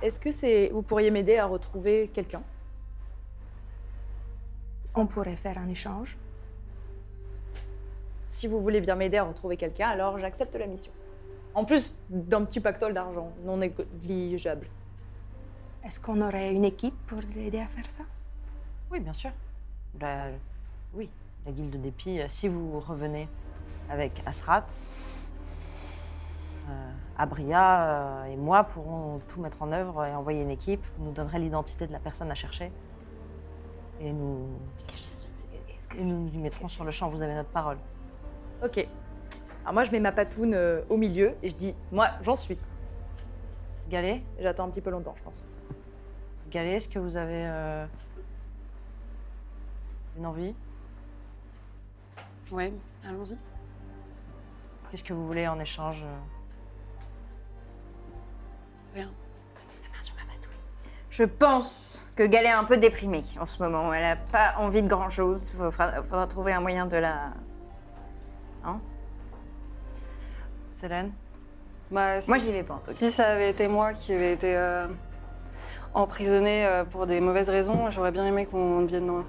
[SPEAKER 7] Est-ce que c'est vous pourriez m'aider à retrouver quelqu'un
[SPEAKER 9] on pourrait faire un échange.
[SPEAKER 7] Si vous voulez bien m'aider à retrouver quelqu'un, alors j'accepte la mission. En plus d'un petit pactole d'argent non négligeable.
[SPEAKER 9] Est-ce qu'on aurait une équipe pour l'aider à faire ça
[SPEAKER 1] Oui, bien sûr. La- oui, la guilde des Pies, euh, si vous revenez avec Asrat, euh, Abria euh, et moi pourrons tout mettre en œuvre et envoyer une équipe. Vous nous donnerez l'identité de la personne à chercher. Et nous, et nous lui mettrons sur le champ, vous avez notre parole.
[SPEAKER 7] Ok. Alors moi, je mets ma patoune euh, au milieu et je dis, moi, j'en suis.
[SPEAKER 1] Galet
[SPEAKER 7] J'attends un petit peu longtemps, je pense.
[SPEAKER 1] Galet, est-ce que vous avez euh, une envie
[SPEAKER 13] Ouais, allons-y.
[SPEAKER 1] Qu'est-ce que vous voulez en échange euh
[SPEAKER 13] Rien.
[SPEAKER 5] Je pense que Galet est un peu déprimée en ce moment. Elle n'a pas envie de grand-chose. Il faudra, faudra trouver un moyen de la... Hein
[SPEAKER 1] Célène
[SPEAKER 6] Bah, si-
[SPEAKER 5] Moi, j'y vais pas, en tout cas.
[SPEAKER 6] Si ça avait été moi qui avait été euh, emprisonnée euh, pour des mauvaises raisons, j'aurais bien aimé qu'on vienne euh,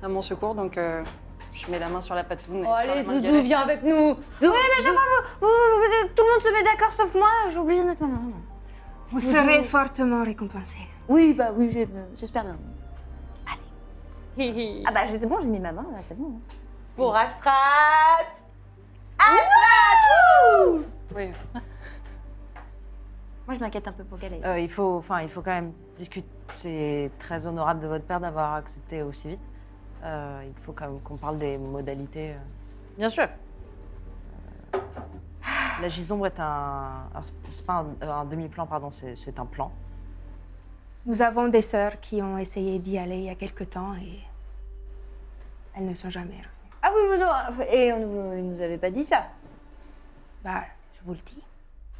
[SPEAKER 6] à mon secours. Donc, euh, je mets la main sur la patoune.
[SPEAKER 10] Oh,
[SPEAKER 6] et sur la
[SPEAKER 10] allez,
[SPEAKER 6] main de
[SPEAKER 10] Zouzou,
[SPEAKER 6] Gaëlle.
[SPEAKER 10] viens avec nous.
[SPEAKER 5] Oui, mais je vois, vous, vous- vous- tout le monde se met d'accord sauf moi. J'ai oublié notre... Non, non, non.
[SPEAKER 9] Vous
[SPEAKER 5] Vous
[SPEAKER 9] serez
[SPEAKER 5] avez-
[SPEAKER 9] fortement récompensé.
[SPEAKER 5] Oui, bah oui, j'ai- j'espère bien.
[SPEAKER 10] Hihi.
[SPEAKER 5] Ah bah, c'est bon, j'ai mis ma main, là, c'est bon.
[SPEAKER 10] Pour Astrat
[SPEAKER 13] Oui.
[SPEAKER 5] *laughs* Moi, je m'inquiète un peu pour Galet.
[SPEAKER 1] Euh, il, faut, enfin, il faut quand même discuter. C'est très honorable de votre père d'avoir accepté aussi vite. Euh, il faut quand même qu'on parle des modalités. euh.
[SPEAKER 7] Bien sûr.
[SPEAKER 1] La gisombre est un. alors, c'est- C'est pas un, un demi-plan, pardon, c'est c'est un plan.
[SPEAKER 9] Nous avons des sœurs qui ont essayé d'y aller il y a quelque temps et elles ne sont jamais revenues.
[SPEAKER 5] Ah oui, mais non, et on ne nous avait pas dit ça.
[SPEAKER 9] Bah, je vous le dis.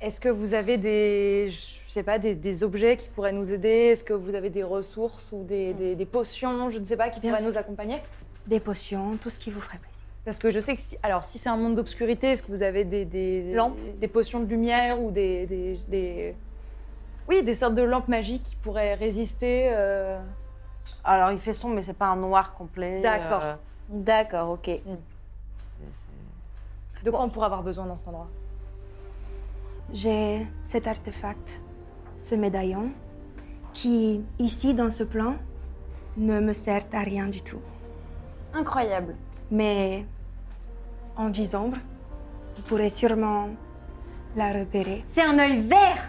[SPEAKER 7] Est-ce que vous avez des, je sais pas, des, des objets qui pourraient nous aider Est-ce que vous avez des ressources ou des, des- des potions, je ne sais pas, qui pourraient nous accompagner
[SPEAKER 9] Des potions, tout ce qui vous ferait plaisir.
[SPEAKER 7] Parce que je sais que si, alors si c'est un monde d'obscurité, est-ce que vous avez des, des
[SPEAKER 9] Lampes
[SPEAKER 7] des potions de lumière ou des, des, des- oui, des sortes de lampes magiques qui pourraient résister euh,
[SPEAKER 1] Alors, il fait sombre, mais c'est pas un noir complet.
[SPEAKER 7] D'accord.
[SPEAKER 1] euh,
[SPEAKER 5] D'accord, ok.
[SPEAKER 1] c'est- c'est-
[SPEAKER 7] De quoi on pourrait avoir besoin dans cet endroit
[SPEAKER 9] J'ai cet artefact, ce médaillon, qui, ici, dans ce plan, ne me sert à rien du tout.
[SPEAKER 5] Incroyable.
[SPEAKER 9] Mais en gisombre, vous pourrez sûrement la repérer.
[SPEAKER 5] C'est un œil vert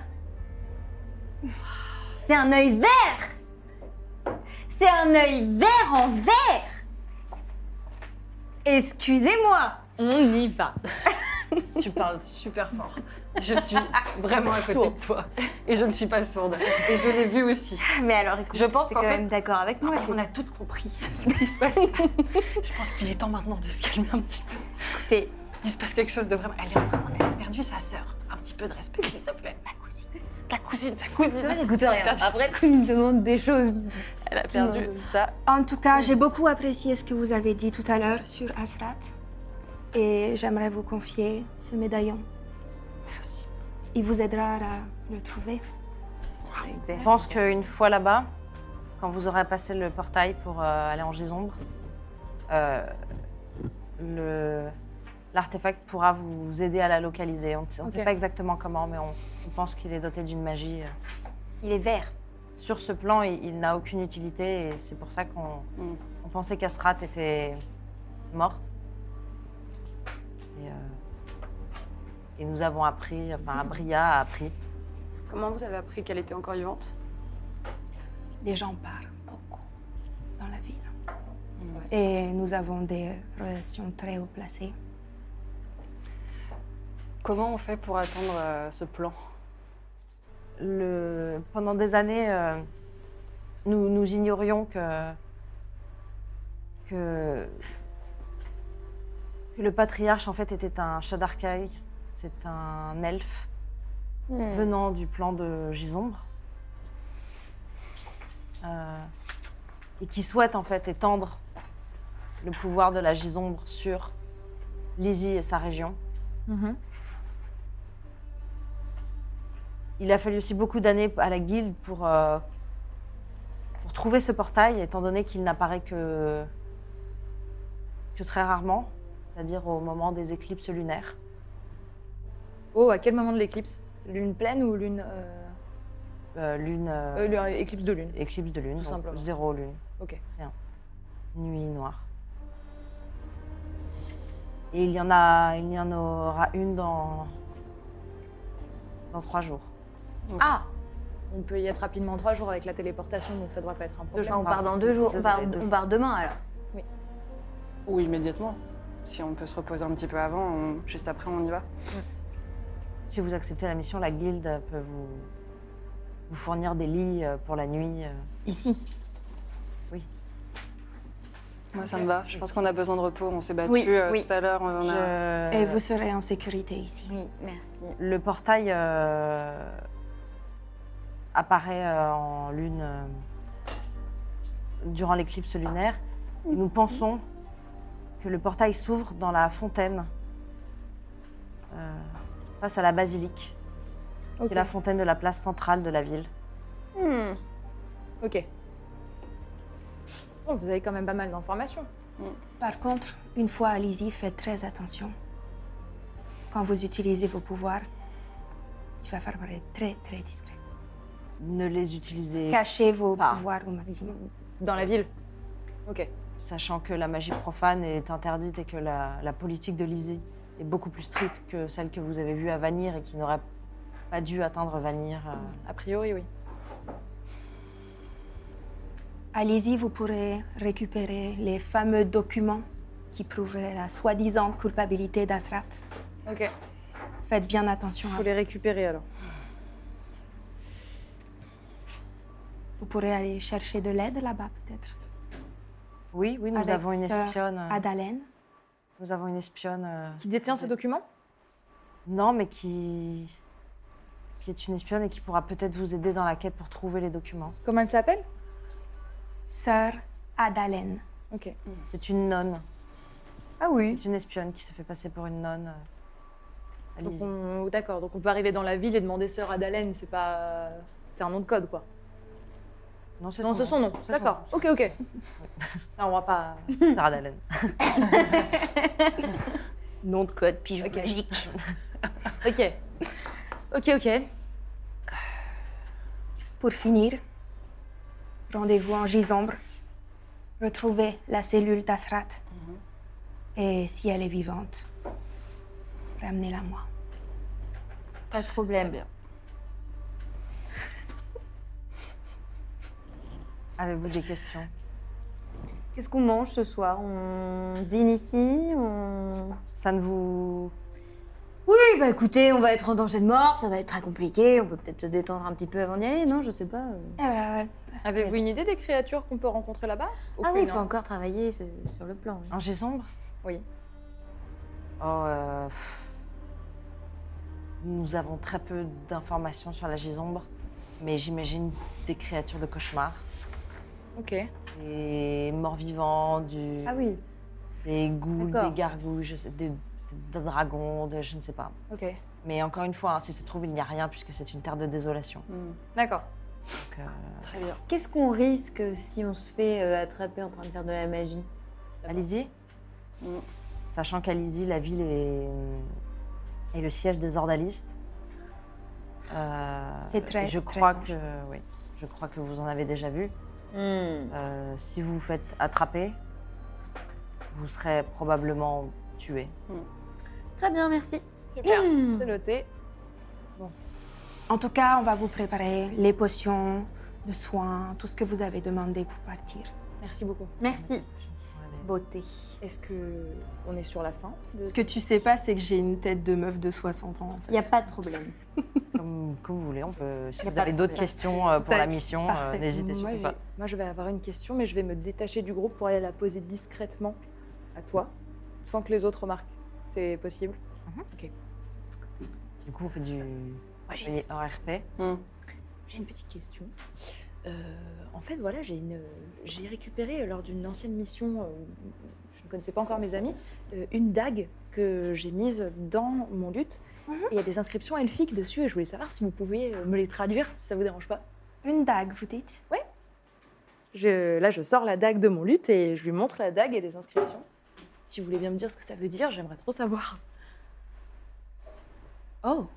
[SPEAKER 5] C'est un œil vert C'est un œil vert en vert Excusez-moi
[SPEAKER 7] On y va
[SPEAKER 6] Tu parles super fort. Je suis vraiment à côté de toi. Et je ne suis pas sourde. Et je l'ai vu aussi.
[SPEAKER 5] Mais alors, écoute,
[SPEAKER 6] Je pense
[SPEAKER 5] t'es
[SPEAKER 6] qu'en
[SPEAKER 5] quand
[SPEAKER 6] fait-
[SPEAKER 5] même d'accord avec moi.
[SPEAKER 6] On a toutes compris ce qui se passe. je pense qu'il est temps maintenant de se calmer un petit peu.
[SPEAKER 5] Écoutez,
[SPEAKER 6] Il se passe quelque chose de vraiment. Elle, est vraiment... elle a perdu sa sœur. Un petit peu de respect, s'il te plaît. Ma cousine. Ta cousine, sa cousine.
[SPEAKER 5] elle écoute rien.
[SPEAKER 6] Elle a perdu-
[SPEAKER 5] Après, tu me demandes des choses.
[SPEAKER 6] Elle a perdu ça.
[SPEAKER 9] En tout cas, j'ai beaucoup apprécié ce que vous avez dit tout à l'heure sur Asrat. Et j'aimerais vous confier ce médaillon.
[SPEAKER 6] Merci.
[SPEAKER 9] Il vous aidera à le trouver.
[SPEAKER 1] Je pense qu'une fois là-bas, quand vous aurez passé le portail pour euh, aller en gisombre, euh, le- l'artefact pourra vous aider à la localiser. On ne sait on ne sait
[SPEAKER 5] Ok.
[SPEAKER 1] pas exactement comment, mais on, on pense qu'il est doté d'une magie. euh,
[SPEAKER 5] Il est vert.
[SPEAKER 1] Sur ce plan, il, il n'a aucune utilité et c'est pour ça qu'on
[SPEAKER 6] Mm.
[SPEAKER 1] on pensait qu'Astrat était morte. Et, euh, et nous avons appris, enfin Abria a appris.
[SPEAKER 13] Comment vous avez appris qu'elle était encore vivante
[SPEAKER 9] Les gens parlent beaucoup dans la ville. Et nous avons des relations très haut placées.
[SPEAKER 6] Comment on fait pour attendre euh, ce plan
[SPEAKER 1] Le- pendant des années, euh, nous, nous ignorions que, que, que le patriarche en fait était un Shadarkai, c'est un elfe
[SPEAKER 13] Hmm.
[SPEAKER 1] venant du plan de Gisombre. Euh, et qui souhaite en fait étendre le pouvoir de la Gisombre sur Lizzie et sa région.
[SPEAKER 7] Mhm.
[SPEAKER 1] Il a fallu aussi beaucoup d'années à la guilde pour, euh, pour trouver ce portail, étant donné qu'il n'apparaît que que très rarement, c'est-à-dire au moment des éclipses lunaires.
[SPEAKER 7] Oh, à quel moment de l'éclipse Lune pleine ou lune. euh,
[SPEAKER 1] Euh, lune. euh,
[SPEAKER 7] Euh, lune- éclipse de lune.
[SPEAKER 1] Éclipse de lune,
[SPEAKER 7] Tout
[SPEAKER 1] donc
[SPEAKER 7] simplement.
[SPEAKER 1] Zéro lune.
[SPEAKER 7] Ok.
[SPEAKER 1] Rien. Nuit noire. Et il y en a, il y en aura une dans dans trois jours.
[SPEAKER 7] Ah On peut y être rapidement en trois jours avec la téléportation, donc ça devrait pas être un problème.
[SPEAKER 5] jours. Ah, on part dans deux jours. On part- on part
[SPEAKER 7] demain alors.
[SPEAKER 6] Ou immédiatement. Si on peut se reposer un petit peu avant, on- juste après, on y va.
[SPEAKER 1] Si vous acceptez la mission, la guilde peut vous, vous fournir des lits euh, pour la nuit.
[SPEAKER 5] Ici
[SPEAKER 1] Oui.
[SPEAKER 6] Moi, ça me va. Je pense qu'on a besoin de repos. On s'est battu
[SPEAKER 1] Oui,
[SPEAKER 6] euh,
[SPEAKER 1] oui.
[SPEAKER 6] tout à l'heure. on
[SPEAKER 1] Euh.
[SPEAKER 6] a-
[SPEAKER 9] Et vous serez en sécurité ici.
[SPEAKER 5] Oui, merci.
[SPEAKER 1] Le portail euh, apparaît euh, en lune euh, durant l'éclipse lunaire. Et nous pensons que le portail s'ouvre dans la fontaine euh, face à la basilique, qui
[SPEAKER 7] Ok.
[SPEAKER 1] est la fontaine de la place centrale de la ville.
[SPEAKER 7] Hmm. Ok. Bon, vous avez quand même pas mal d'informations.
[SPEAKER 9] Par contre, une fois à Lizzie, faites très attention. Quand vous utilisez vos pouvoirs, il va falloir être très très discret.
[SPEAKER 1] Ne les utilisez
[SPEAKER 9] Cachez vos pouvoirs au maximum.
[SPEAKER 7] Dans la ville Ok.
[SPEAKER 1] sachant que la magie profane est interdite et que la, la politique de Lizzie est beaucoup plus stricte que celle que vous avez vue à Vanir et qui n'aurait pas dû atteindre Vanir. euh.
[SPEAKER 7] A priori, oui.
[SPEAKER 9] À Lizzie, vous pourrez récupérer les fameux documents qui prouveraient la soi-disant culpabilité d'Asrat.
[SPEAKER 7] Ok.
[SPEAKER 9] Faites bien attention hein. à
[SPEAKER 7] Faut les récupérer alors.
[SPEAKER 9] Vous pourrez aller chercher de l'aide là-bas, peut-être.
[SPEAKER 1] Oui, oui, nous
[SPEAKER 9] Avec
[SPEAKER 1] avons une
[SPEAKER 9] sœur
[SPEAKER 1] espionne. euh,
[SPEAKER 9] Adalène.
[SPEAKER 1] Nous avons une espionne. euh,
[SPEAKER 7] Qui détient ces documents
[SPEAKER 1] Non, mais qui. qui est une espionne et qui pourra peut-être vous aider dans la quête pour trouver les documents.
[SPEAKER 7] Comment elle s'appelle
[SPEAKER 9] Sœur Adalène.
[SPEAKER 7] Ok.
[SPEAKER 1] C'est une nonne.
[SPEAKER 5] Ah oui
[SPEAKER 1] C'est une espionne qui se fait passer pour une nonne. euh, à
[SPEAKER 7] Donc
[SPEAKER 1] Lizzie.
[SPEAKER 7] on- D'accord, donc on peut arriver dans la ville et demander sœur Adalène, c'est pas. C'est un nom de code quoi.
[SPEAKER 1] Non, c'est
[SPEAKER 7] Non, c'est son nom.
[SPEAKER 1] C'est son
[SPEAKER 7] D'accord. Ok, *laughs* ok. Non, on va pas.
[SPEAKER 1] nom. Sarah Dallin.
[SPEAKER 9] Nom de code pigeon magique.
[SPEAKER 7] Ok. Ok, ok.
[SPEAKER 9] Pour finir, rendez-vous en Gisombre. Retrouvez la cellule d'Asrat. Et si elle est vivante, ramenez-la moi.
[SPEAKER 5] Pas de problème.
[SPEAKER 1] Avez-vous des questions
[SPEAKER 5] Qu'est-ce qu'on mange ce soir On dîne ici On.
[SPEAKER 1] Ça ne vous.
[SPEAKER 5] Oui, bah écoutez, on va être en danger de mort, ça va être très compliqué, on peut peut-être se détendre un petit peu avant d'y aller, non Je sais pas. euh.
[SPEAKER 7] Avez-vous une idée des créatures qu'on peut rencontrer là-bas
[SPEAKER 5] Ah oui, il
[SPEAKER 7] Aucune,
[SPEAKER 5] faut
[SPEAKER 7] hein.
[SPEAKER 5] encore travailler ce- sur le plan. oui.
[SPEAKER 1] Un gisombre
[SPEAKER 7] Oui.
[SPEAKER 1] Oh, euh, pff. Nous avons très peu d'informations sur la gisombre, mais j'imagine des créatures de cauchemar.
[SPEAKER 7] Ok.
[SPEAKER 1] Des morts-vivants, du...
[SPEAKER 5] Ah oui,
[SPEAKER 1] des ghouls,
[SPEAKER 5] D'accord.
[SPEAKER 1] des gargouilles, je sais- des, des dragons, de- je ne sais pas.
[SPEAKER 7] Ok.
[SPEAKER 1] Mais encore une fois, hein, si ça se trouve, il n'y a rien puisque c'est une terre de désolation.
[SPEAKER 6] hmm.
[SPEAKER 7] D'accord.
[SPEAKER 1] Donc, euh,
[SPEAKER 6] Très bien.
[SPEAKER 5] Qu'est-ce qu'on risque si on se fait euh, attraper en train de faire de la magie
[SPEAKER 1] Allez-y.
[SPEAKER 7] Mm.
[SPEAKER 1] Sachant qu'à Lizy, la ville est, euh, est le siège des ordalistes. Euh,
[SPEAKER 9] C'est très-
[SPEAKER 1] Je
[SPEAKER 9] très
[SPEAKER 1] crois
[SPEAKER 9] dangereux.
[SPEAKER 1] que, oui, je crois que vous en avez déjà vu.
[SPEAKER 5] Hmm.
[SPEAKER 1] Euh, si vous vous faites attraper, vous serez probablement tué.
[SPEAKER 5] Très bien, merci.
[SPEAKER 7] Super. C'est noté.
[SPEAKER 9] En tout cas, on va vous préparer les potions de soins, tout ce que vous avez demandé pour partir.
[SPEAKER 7] Merci beaucoup.
[SPEAKER 5] Merci. Beauté.
[SPEAKER 7] Est-ce que on est sur la fin de...
[SPEAKER 14] Ce que tu sais pas, c'est que j'ai une tête de meuf de 60 ans. En fait.
[SPEAKER 5] Il n'y a pas de problème.
[SPEAKER 1] Comme, comme vous voulez, on peut. Si
[SPEAKER 5] Y a
[SPEAKER 1] vous
[SPEAKER 5] pas
[SPEAKER 1] avez
[SPEAKER 5] de
[SPEAKER 1] d'autres
[SPEAKER 5] problème.
[SPEAKER 1] questions euh, pour la
[SPEAKER 7] Tac.
[SPEAKER 1] mission, euh,
[SPEAKER 7] Parfait.
[SPEAKER 1] n'hésitez
[SPEAKER 7] Moi,
[SPEAKER 1] surtout
[SPEAKER 7] j'ai-
[SPEAKER 1] pas.
[SPEAKER 7] Moi, je vais avoir une question, mais je vais me détacher du groupe pour aller la poser discrètement à toi, sans que les autres remarquent. C'est possible Ok.
[SPEAKER 1] Du coup, on fait du.
[SPEAKER 7] j'ai
[SPEAKER 1] et en RP.
[SPEAKER 7] J'ai une petite question. Euh, en fait, voilà, j'ai une, j'ai récupéré lors d'une ancienne mission, euh, je ne connaissais pas encore mes amis, euh, une dague que j'ai mise dans mon luth. Et il y a des inscriptions elfiques dessus et je voulais savoir si vous pouviez euh, me les traduire, si ça vous dérange pas.
[SPEAKER 9] Une dague, vous dites
[SPEAKER 7] Je- là, je sors la dague de mon luth et je lui montre la dague et les inscriptions. si vous voulez bien me dire ce que ça veut dire, j'aimerais trop savoir.
[SPEAKER 9] Oh.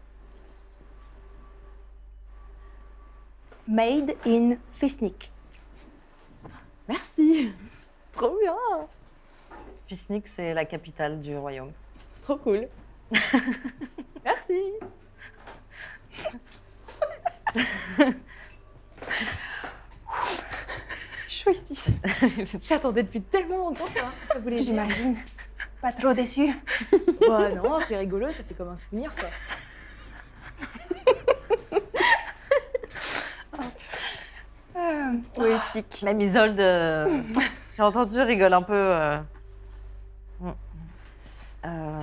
[SPEAKER 9] Made in Fisnik.
[SPEAKER 7] Merci. Trop bien.
[SPEAKER 1] Fisnik, c'est la capitale du royaume.
[SPEAKER 7] Trop *laughs* cool. Merci.
[SPEAKER 9] Chaud ici.
[SPEAKER 7] J'attendais depuis tellement longtemps pour savoir ce que ça voulait dire.
[SPEAKER 9] J'imagine. Pas trop
[SPEAKER 14] *laughs*
[SPEAKER 9] déçu.
[SPEAKER 7] Bah non, c'est rigolo, ça fait comme un souvenir quoi.
[SPEAKER 14] Euh,
[SPEAKER 1] Poétique. Même Isolde, euh, j'ai entendu, rigole un peu. euh. Mm. Euh,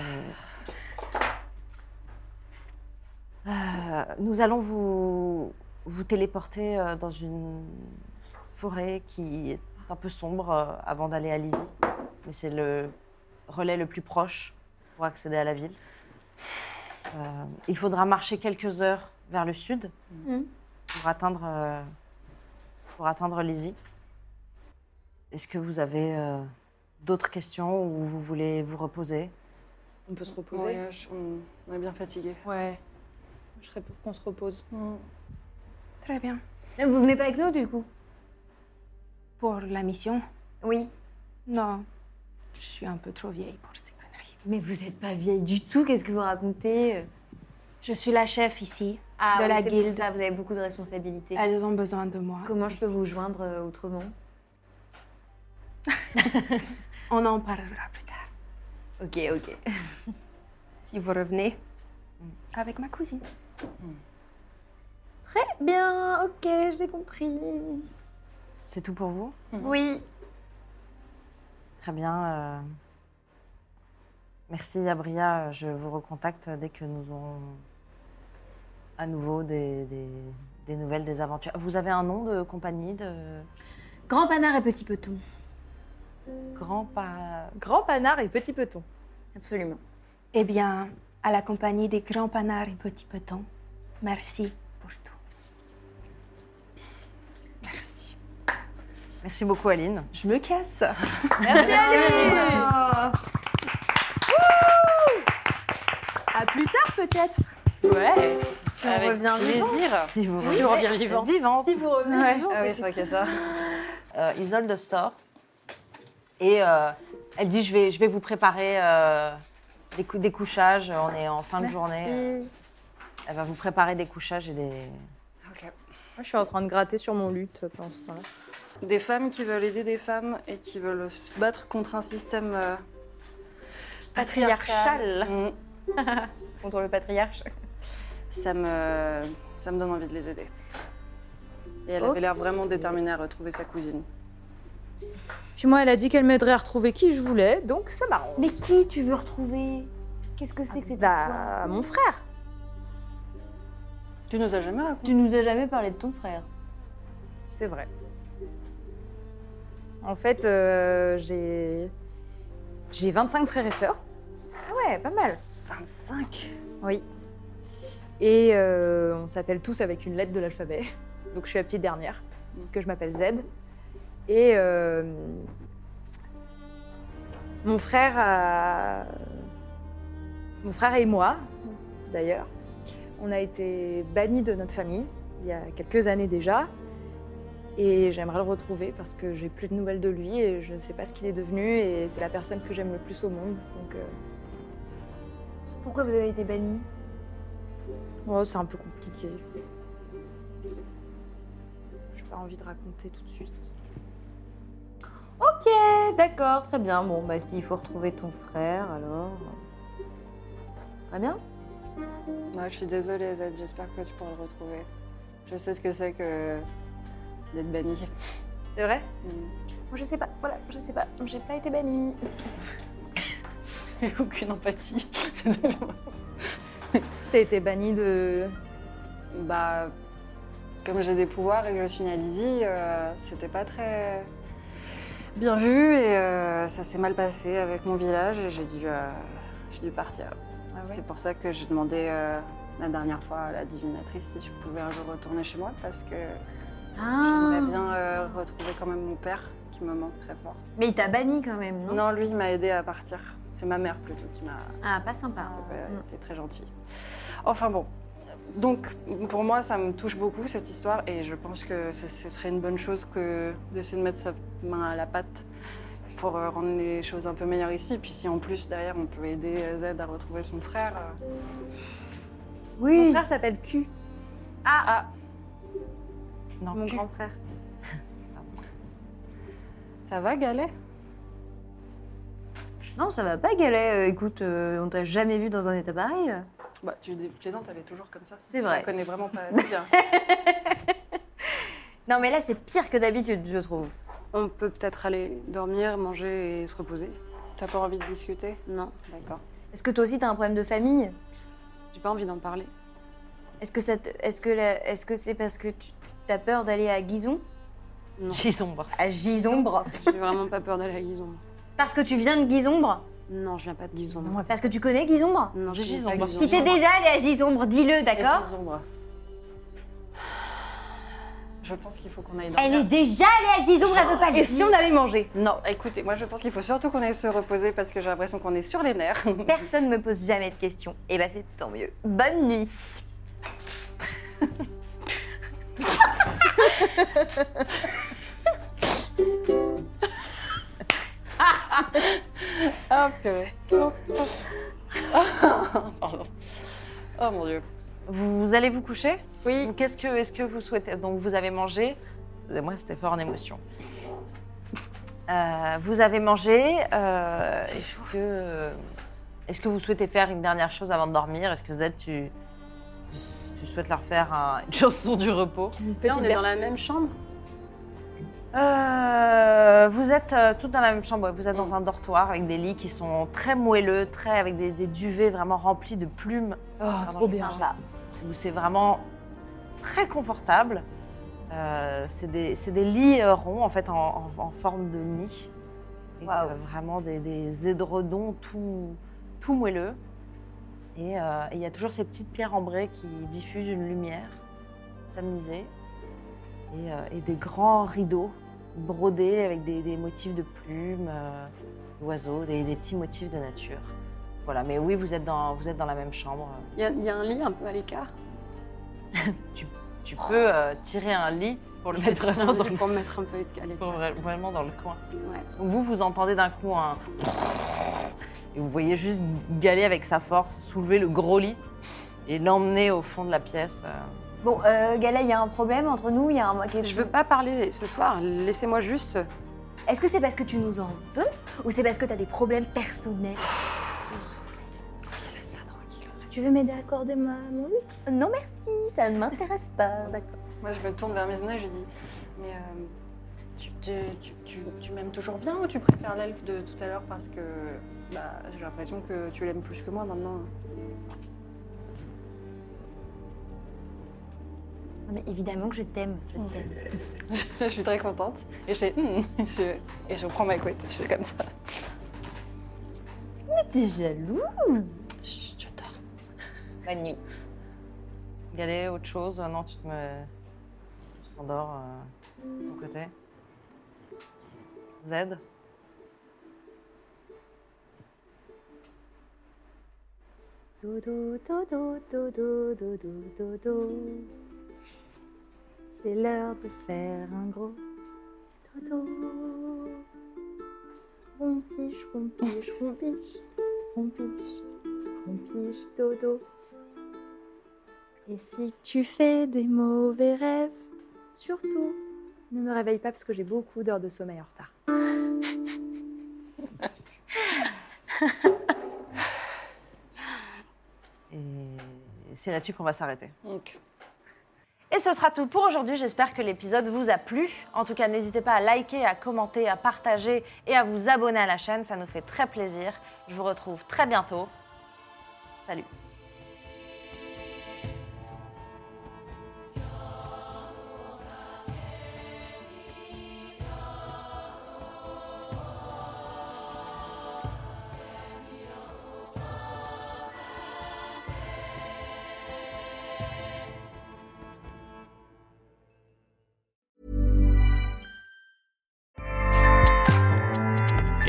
[SPEAKER 1] euh, nous allons vous, vous téléporter euh, dans une forêt qui est un peu sombre euh, avant d'aller à Lizy. Mais c'est le relais le plus proche pour accéder à la ville. Euh, il faudra marcher quelques heures vers le sud
[SPEAKER 7] Mm.
[SPEAKER 1] pour atteindre, euh, pour atteindre Lizy. Est-ce que vous avez euh, d'autres questions ou vous voulez vous reposer
[SPEAKER 7] On peut se reposer.
[SPEAKER 6] Ouais, je- on, on est bien fatigué. Hmm.
[SPEAKER 7] Ouais. Je serais pour qu'on se repose.
[SPEAKER 9] Très bien.
[SPEAKER 5] Vous venez pas avec nous du coup
[SPEAKER 9] Pour la mission
[SPEAKER 5] Oui.
[SPEAKER 9] Non. Je suis un peu trop vieille pour ces conneries.
[SPEAKER 5] Mais vous n'êtes pas vieille du tout, qu'est-ce que vous racontez
[SPEAKER 9] Je suis la chef ici
[SPEAKER 5] Ah,
[SPEAKER 9] de
[SPEAKER 5] oui,
[SPEAKER 9] la
[SPEAKER 5] c'est pour
[SPEAKER 9] guilde.
[SPEAKER 5] ça, vous avez beaucoup de responsabilités.
[SPEAKER 9] Elles ont besoin de moi.
[SPEAKER 5] Comment je peux vous joindre euh, autrement
[SPEAKER 9] On en parlera plus tard.
[SPEAKER 5] Ok, ok.
[SPEAKER 9] Si vous revenez avec ma cousine.
[SPEAKER 5] Très *laughs* bien, ok, j'ai compris.
[SPEAKER 1] C'est tout pour vous
[SPEAKER 5] Oui.
[SPEAKER 1] Très bien. euh, Merci, Abria. Je vous recontacte dès que nous aurons à nouveau des, des- des nouvelles, des aventures. Vous avez un nom de compagnie de
[SPEAKER 5] Grand panard et petit peton.
[SPEAKER 1] Grand, pa...
[SPEAKER 7] Grand panard et petit peton.
[SPEAKER 5] Absolument.
[SPEAKER 9] Eh bien, à la compagnie des grands panards et petits petons, merci pour tout.
[SPEAKER 1] Merci beaucoup, Aline.
[SPEAKER 9] Je me casse.
[SPEAKER 7] Merci Aline
[SPEAKER 5] Oh,
[SPEAKER 9] À plus tard peut-être.
[SPEAKER 6] Ouais.
[SPEAKER 5] si on revient vivant.
[SPEAKER 1] Si vous
[SPEAKER 6] Si vous reviens vivant.
[SPEAKER 1] Vivante.
[SPEAKER 9] Si vous revenez.
[SPEAKER 5] Ouais.
[SPEAKER 9] vivant,
[SPEAKER 6] Ah oui,
[SPEAKER 9] peut-être.
[SPEAKER 6] c'est vrai qu'il y a ça.
[SPEAKER 1] Euh, Isolde sort et euh, elle dit je vais, je vais vous préparer euh, des, cou- des couchages. On est en fin de journée.
[SPEAKER 7] Merci.
[SPEAKER 1] Elle va vous préparer des couchages et des.
[SPEAKER 6] Ok.
[SPEAKER 7] Moi, je suis en train de gratter sur mon lutte pendant ce temps-là.
[SPEAKER 6] Des femmes qui veulent aider des femmes et qui veulent se battre contre un système euh,
[SPEAKER 7] Patriarcal.
[SPEAKER 6] Mm.
[SPEAKER 7] Contre le patriarche.
[SPEAKER 6] Ça me, ça me donne envie de les aider. Et elle
[SPEAKER 7] Ok.
[SPEAKER 6] avait l'air vraiment déterminée à retrouver sa cousine.
[SPEAKER 7] Puis moi, elle a dit qu'elle m'aiderait à retrouver qui je voulais, donc ça m'arrange.
[SPEAKER 5] Mais qui tu veux retrouver Qu'est-ce que c'est que cette histoire
[SPEAKER 7] Bah, mon frère.
[SPEAKER 6] Tu nous as jamais raconté
[SPEAKER 5] Tu nous as jamais parlé de ton frère.
[SPEAKER 7] C'est vrai. En fait, euh, j'ai. J'ai 25 frères et sœurs.
[SPEAKER 5] Ah ouais, pas mal.
[SPEAKER 6] 25
[SPEAKER 7] Oui. Et euh, on s'appelle tous avec une lettre de l'alphabet. *laughs* Donc je suis la petite dernière, parce que je m'appelle Z. Et euh, mon frère a- Mon frère et moi, d'ailleurs, on a été bannis de notre famille il y a quelques années déjà. Et j'aimerais le retrouver parce que j'ai plus de nouvelles de lui et je ne sais pas ce qu'il est devenu et c'est la personne que j'aime le plus au monde. Donc euh,
[SPEAKER 5] Pourquoi vous avez été banni
[SPEAKER 7] Oh, c'est un peu compliqué. J'ai pas envie de raconter tout de suite.
[SPEAKER 5] Ok, Eh, d'accord, très bien. Bon, bah s'il faut retrouver ton frère, alors... Très bien.
[SPEAKER 6] Moi, je suis désolée, Zed. J'espère que tu pourras le retrouver. Je sais ce que c'est que d'être banni. *laughs*
[SPEAKER 7] C'est vrai
[SPEAKER 6] Mm.
[SPEAKER 5] Moi, je sais pas, voilà, je sais pas. J'ai pas été bannie.
[SPEAKER 6] J'ai aucune empathie.
[SPEAKER 7] T'as été banni de.
[SPEAKER 6] bah, comme j'ai des pouvoirs et que je suis une Alizée, euh, c'était pas très bien vu et euh, ça s'est mal passé avec mon village et j'ai dû, euh, j'ai dû partir. C'est pour ça que j'ai demandé euh, la dernière fois à la divinatrice si je pouvais un jour retourner chez moi parce que
[SPEAKER 5] Ah.
[SPEAKER 6] J'aimerais bien euh, retrouver quand même mon père qui me manque très fort.
[SPEAKER 5] Mais il t'a banni quand même, non
[SPEAKER 6] Non, lui, il m'a aidé à partir. C'est ma mère plutôt qui m'a.
[SPEAKER 5] Ah, pas sympa.
[SPEAKER 6] qui
[SPEAKER 13] Mm.
[SPEAKER 6] a été bah, très gentille. Enfin bon. Donc, pour moi, ça me touche beaucoup cette histoire et je pense que ce, ce serait une bonne chose que d'essayer de mettre sa main à la pâte pour euh, rendre les choses un peu meilleures ici. Puis si en plus, derrière, on peut aider euh, Z à retrouver son frère. euh.
[SPEAKER 7] Oui. Mon frère s'appelle Q.
[SPEAKER 5] Ah,
[SPEAKER 6] Non,
[SPEAKER 7] Mon
[SPEAKER 6] Q.
[SPEAKER 7] grand frère.
[SPEAKER 6] Ça va, Galet
[SPEAKER 5] Non, ça va pas, Galet. Euh, écoute, euh, on t'a jamais vu dans un état pareil. là.
[SPEAKER 6] Bah, tu plaisantes, elle est toujours comme ça.
[SPEAKER 5] C'est vrai.
[SPEAKER 6] Je la connais vraiment
[SPEAKER 13] *laughs*
[SPEAKER 6] pas assez bien.
[SPEAKER 5] Non, mais là, c'est pire que d'habitude, je trouve.
[SPEAKER 13] On peut peut-être aller dormir, manger et se reposer.
[SPEAKER 6] T'as pas envie de discuter
[SPEAKER 13] Non,
[SPEAKER 6] D'accord.
[SPEAKER 5] Est-ce que toi aussi, t'as un problème de famille
[SPEAKER 13] j'ai pas envie d'en parler.
[SPEAKER 5] Est-ce que ça te- est-ce que la- est-ce que c'est parce que tu as peur d'aller à Guison
[SPEAKER 13] Non.
[SPEAKER 1] Gisombre.
[SPEAKER 5] À Gisombre
[SPEAKER 13] J'ai vraiment pas peur d'aller à Guisombre.
[SPEAKER 5] Parce que tu viens de Guisombre
[SPEAKER 13] Non, je viens pas de Guisombre.
[SPEAKER 5] Parce que tu connais Guisombre
[SPEAKER 13] Non, je viens pas de
[SPEAKER 1] Gisombre.
[SPEAKER 5] Si t'es déjà allé à Gisombre, dis-le, d'accord
[SPEAKER 6] Je pense qu'il faut qu'on aille
[SPEAKER 5] Elle
[SPEAKER 6] dormir.
[SPEAKER 5] est déjà allée à Gisombre, elle peut pas le
[SPEAKER 7] Et si
[SPEAKER 5] dire.
[SPEAKER 7] on allait manger
[SPEAKER 6] Non, écoutez, moi je pense qu'il faut surtout qu'on aille se reposer parce que j'ai l'impression qu'on est sur les nerfs. *laughs*
[SPEAKER 5] Personne me pose jamais de questions. Et bah, c'est tant mieux. Bonne nuit.
[SPEAKER 6] Ah purée. Pardon. Oh mon dieu.
[SPEAKER 1] Vous allez vous coucher
[SPEAKER 7] Oui.
[SPEAKER 1] Qu'est-ce que, est-ce que vous souhaitez Donc vous avez mangé. Moi, c'était fort en émotion. Euh, vous avez mangé. euh, est-ce que, est-ce que vous souhaitez faire une dernière chose avant de dormir Est-ce que Z, tu, tu- tu souhaites leur faire un- une chanson du repos
[SPEAKER 13] Là, on est dans la même chambre.
[SPEAKER 1] Euh, vous êtes euh, toutes dans la même chambre. ouais. Vous êtes dans un dortoir avec des lits qui sont très moelleux, très avec des, des duvets vraiment remplis de plumes.
[SPEAKER 7] Oh,
[SPEAKER 1] Vraiment sympa. Où c'est vraiment très confortable. Euh, c'est des, c'est des lits euh, ronds en fait en, en- en forme de nid. Et,
[SPEAKER 5] Waouh.
[SPEAKER 1] euh, vraiment des, des édredons tout, tout moelleux. Et euh, et il y a toujours ces petites pierres ambrées qui diffusent une lumière tamisée et, euh, et des grands rideaux brodés avec des, des motifs de plumes, euh, d'oiseaux, des, des petits motifs de nature. Voilà, mais oui, vous êtes dans, vous êtes dans la même chambre.
[SPEAKER 13] Il y, a- il y a un lit un peu à l'écart.
[SPEAKER 1] *laughs* Tu peux euh, tirer un lit pour le
[SPEAKER 13] Je vais
[SPEAKER 1] mettre
[SPEAKER 13] tirer
[SPEAKER 1] vraiment
[SPEAKER 13] un
[SPEAKER 1] dans
[SPEAKER 13] lit
[SPEAKER 1] le,
[SPEAKER 13] Pour me mettre un peu à l'écart.
[SPEAKER 1] pour vra- vraiment dans le coin.
[SPEAKER 13] Ouais.
[SPEAKER 1] Donc Vous, vous entendez d'un coup un... Et vous voyez juste Galer avec sa force soulever le gros lit et l'emmener au fond de la pièce. euh.
[SPEAKER 5] Bon, euh, Gala, il y a un problème entre nous, il y a un... quelque
[SPEAKER 13] Je veux pas parler ce soir. Laissez-moi juste.
[SPEAKER 5] Est-ce que c'est parce que tu nous en veux ou c'est parce que t'as des problèmes personnels Tu veux m'aider à accorder ma... mon luc Non merci, ça ne m'intéresse pas. D'accord.
[SPEAKER 6] Moi je me tourne vers mes et je dis Mais euh, tu, tu- tu- tu- tu m'aimes toujours bien ou tu préfères l'elfe de tout à l'heure parce que bah, j'ai l'impression que tu l'aimes plus que moi maintenant hein.
[SPEAKER 5] mais évidemment que je t'aime, je t'aime.
[SPEAKER 6] Je suis très contente et je fais Hum *laughs* Je- Et je prends ma couette, je fais comme ça.
[SPEAKER 5] T'es jalouse
[SPEAKER 6] Chut, je dors.
[SPEAKER 5] Bonne nuit.
[SPEAKER 1] Galet, autre chose euh, Non, tu te me... tu t'endors euh, de ton côté. Z
[SPEAKER 2] Dodo, dodo, dodo, dodo, dodo. C'est l'heure de faire un gros dodo. Rompiche, rompiche, rompiche, rompiche, rompiche, dodo. Et si tu fais des mauvais rêves,
[SPEAKER 7] Surtout, ne me réveille pas parce que j'ai beaucoup d'heures de sommeil en retard.
[SPEAKER 1] Et c'est là-dessus qu'on va s'arrêter.
[SPEAKER 6] Donc,
[SPEAKER 1] Et ce sera tout pour aujourd'hui. J'espère que l'épisode vous a plu. En tout cas, n'hésitez pas à liker, à commenter, à partager et à vous abonner à la chaîne. Ça nous fait très plaisir. Je vous retrouve très bientôt. Salut.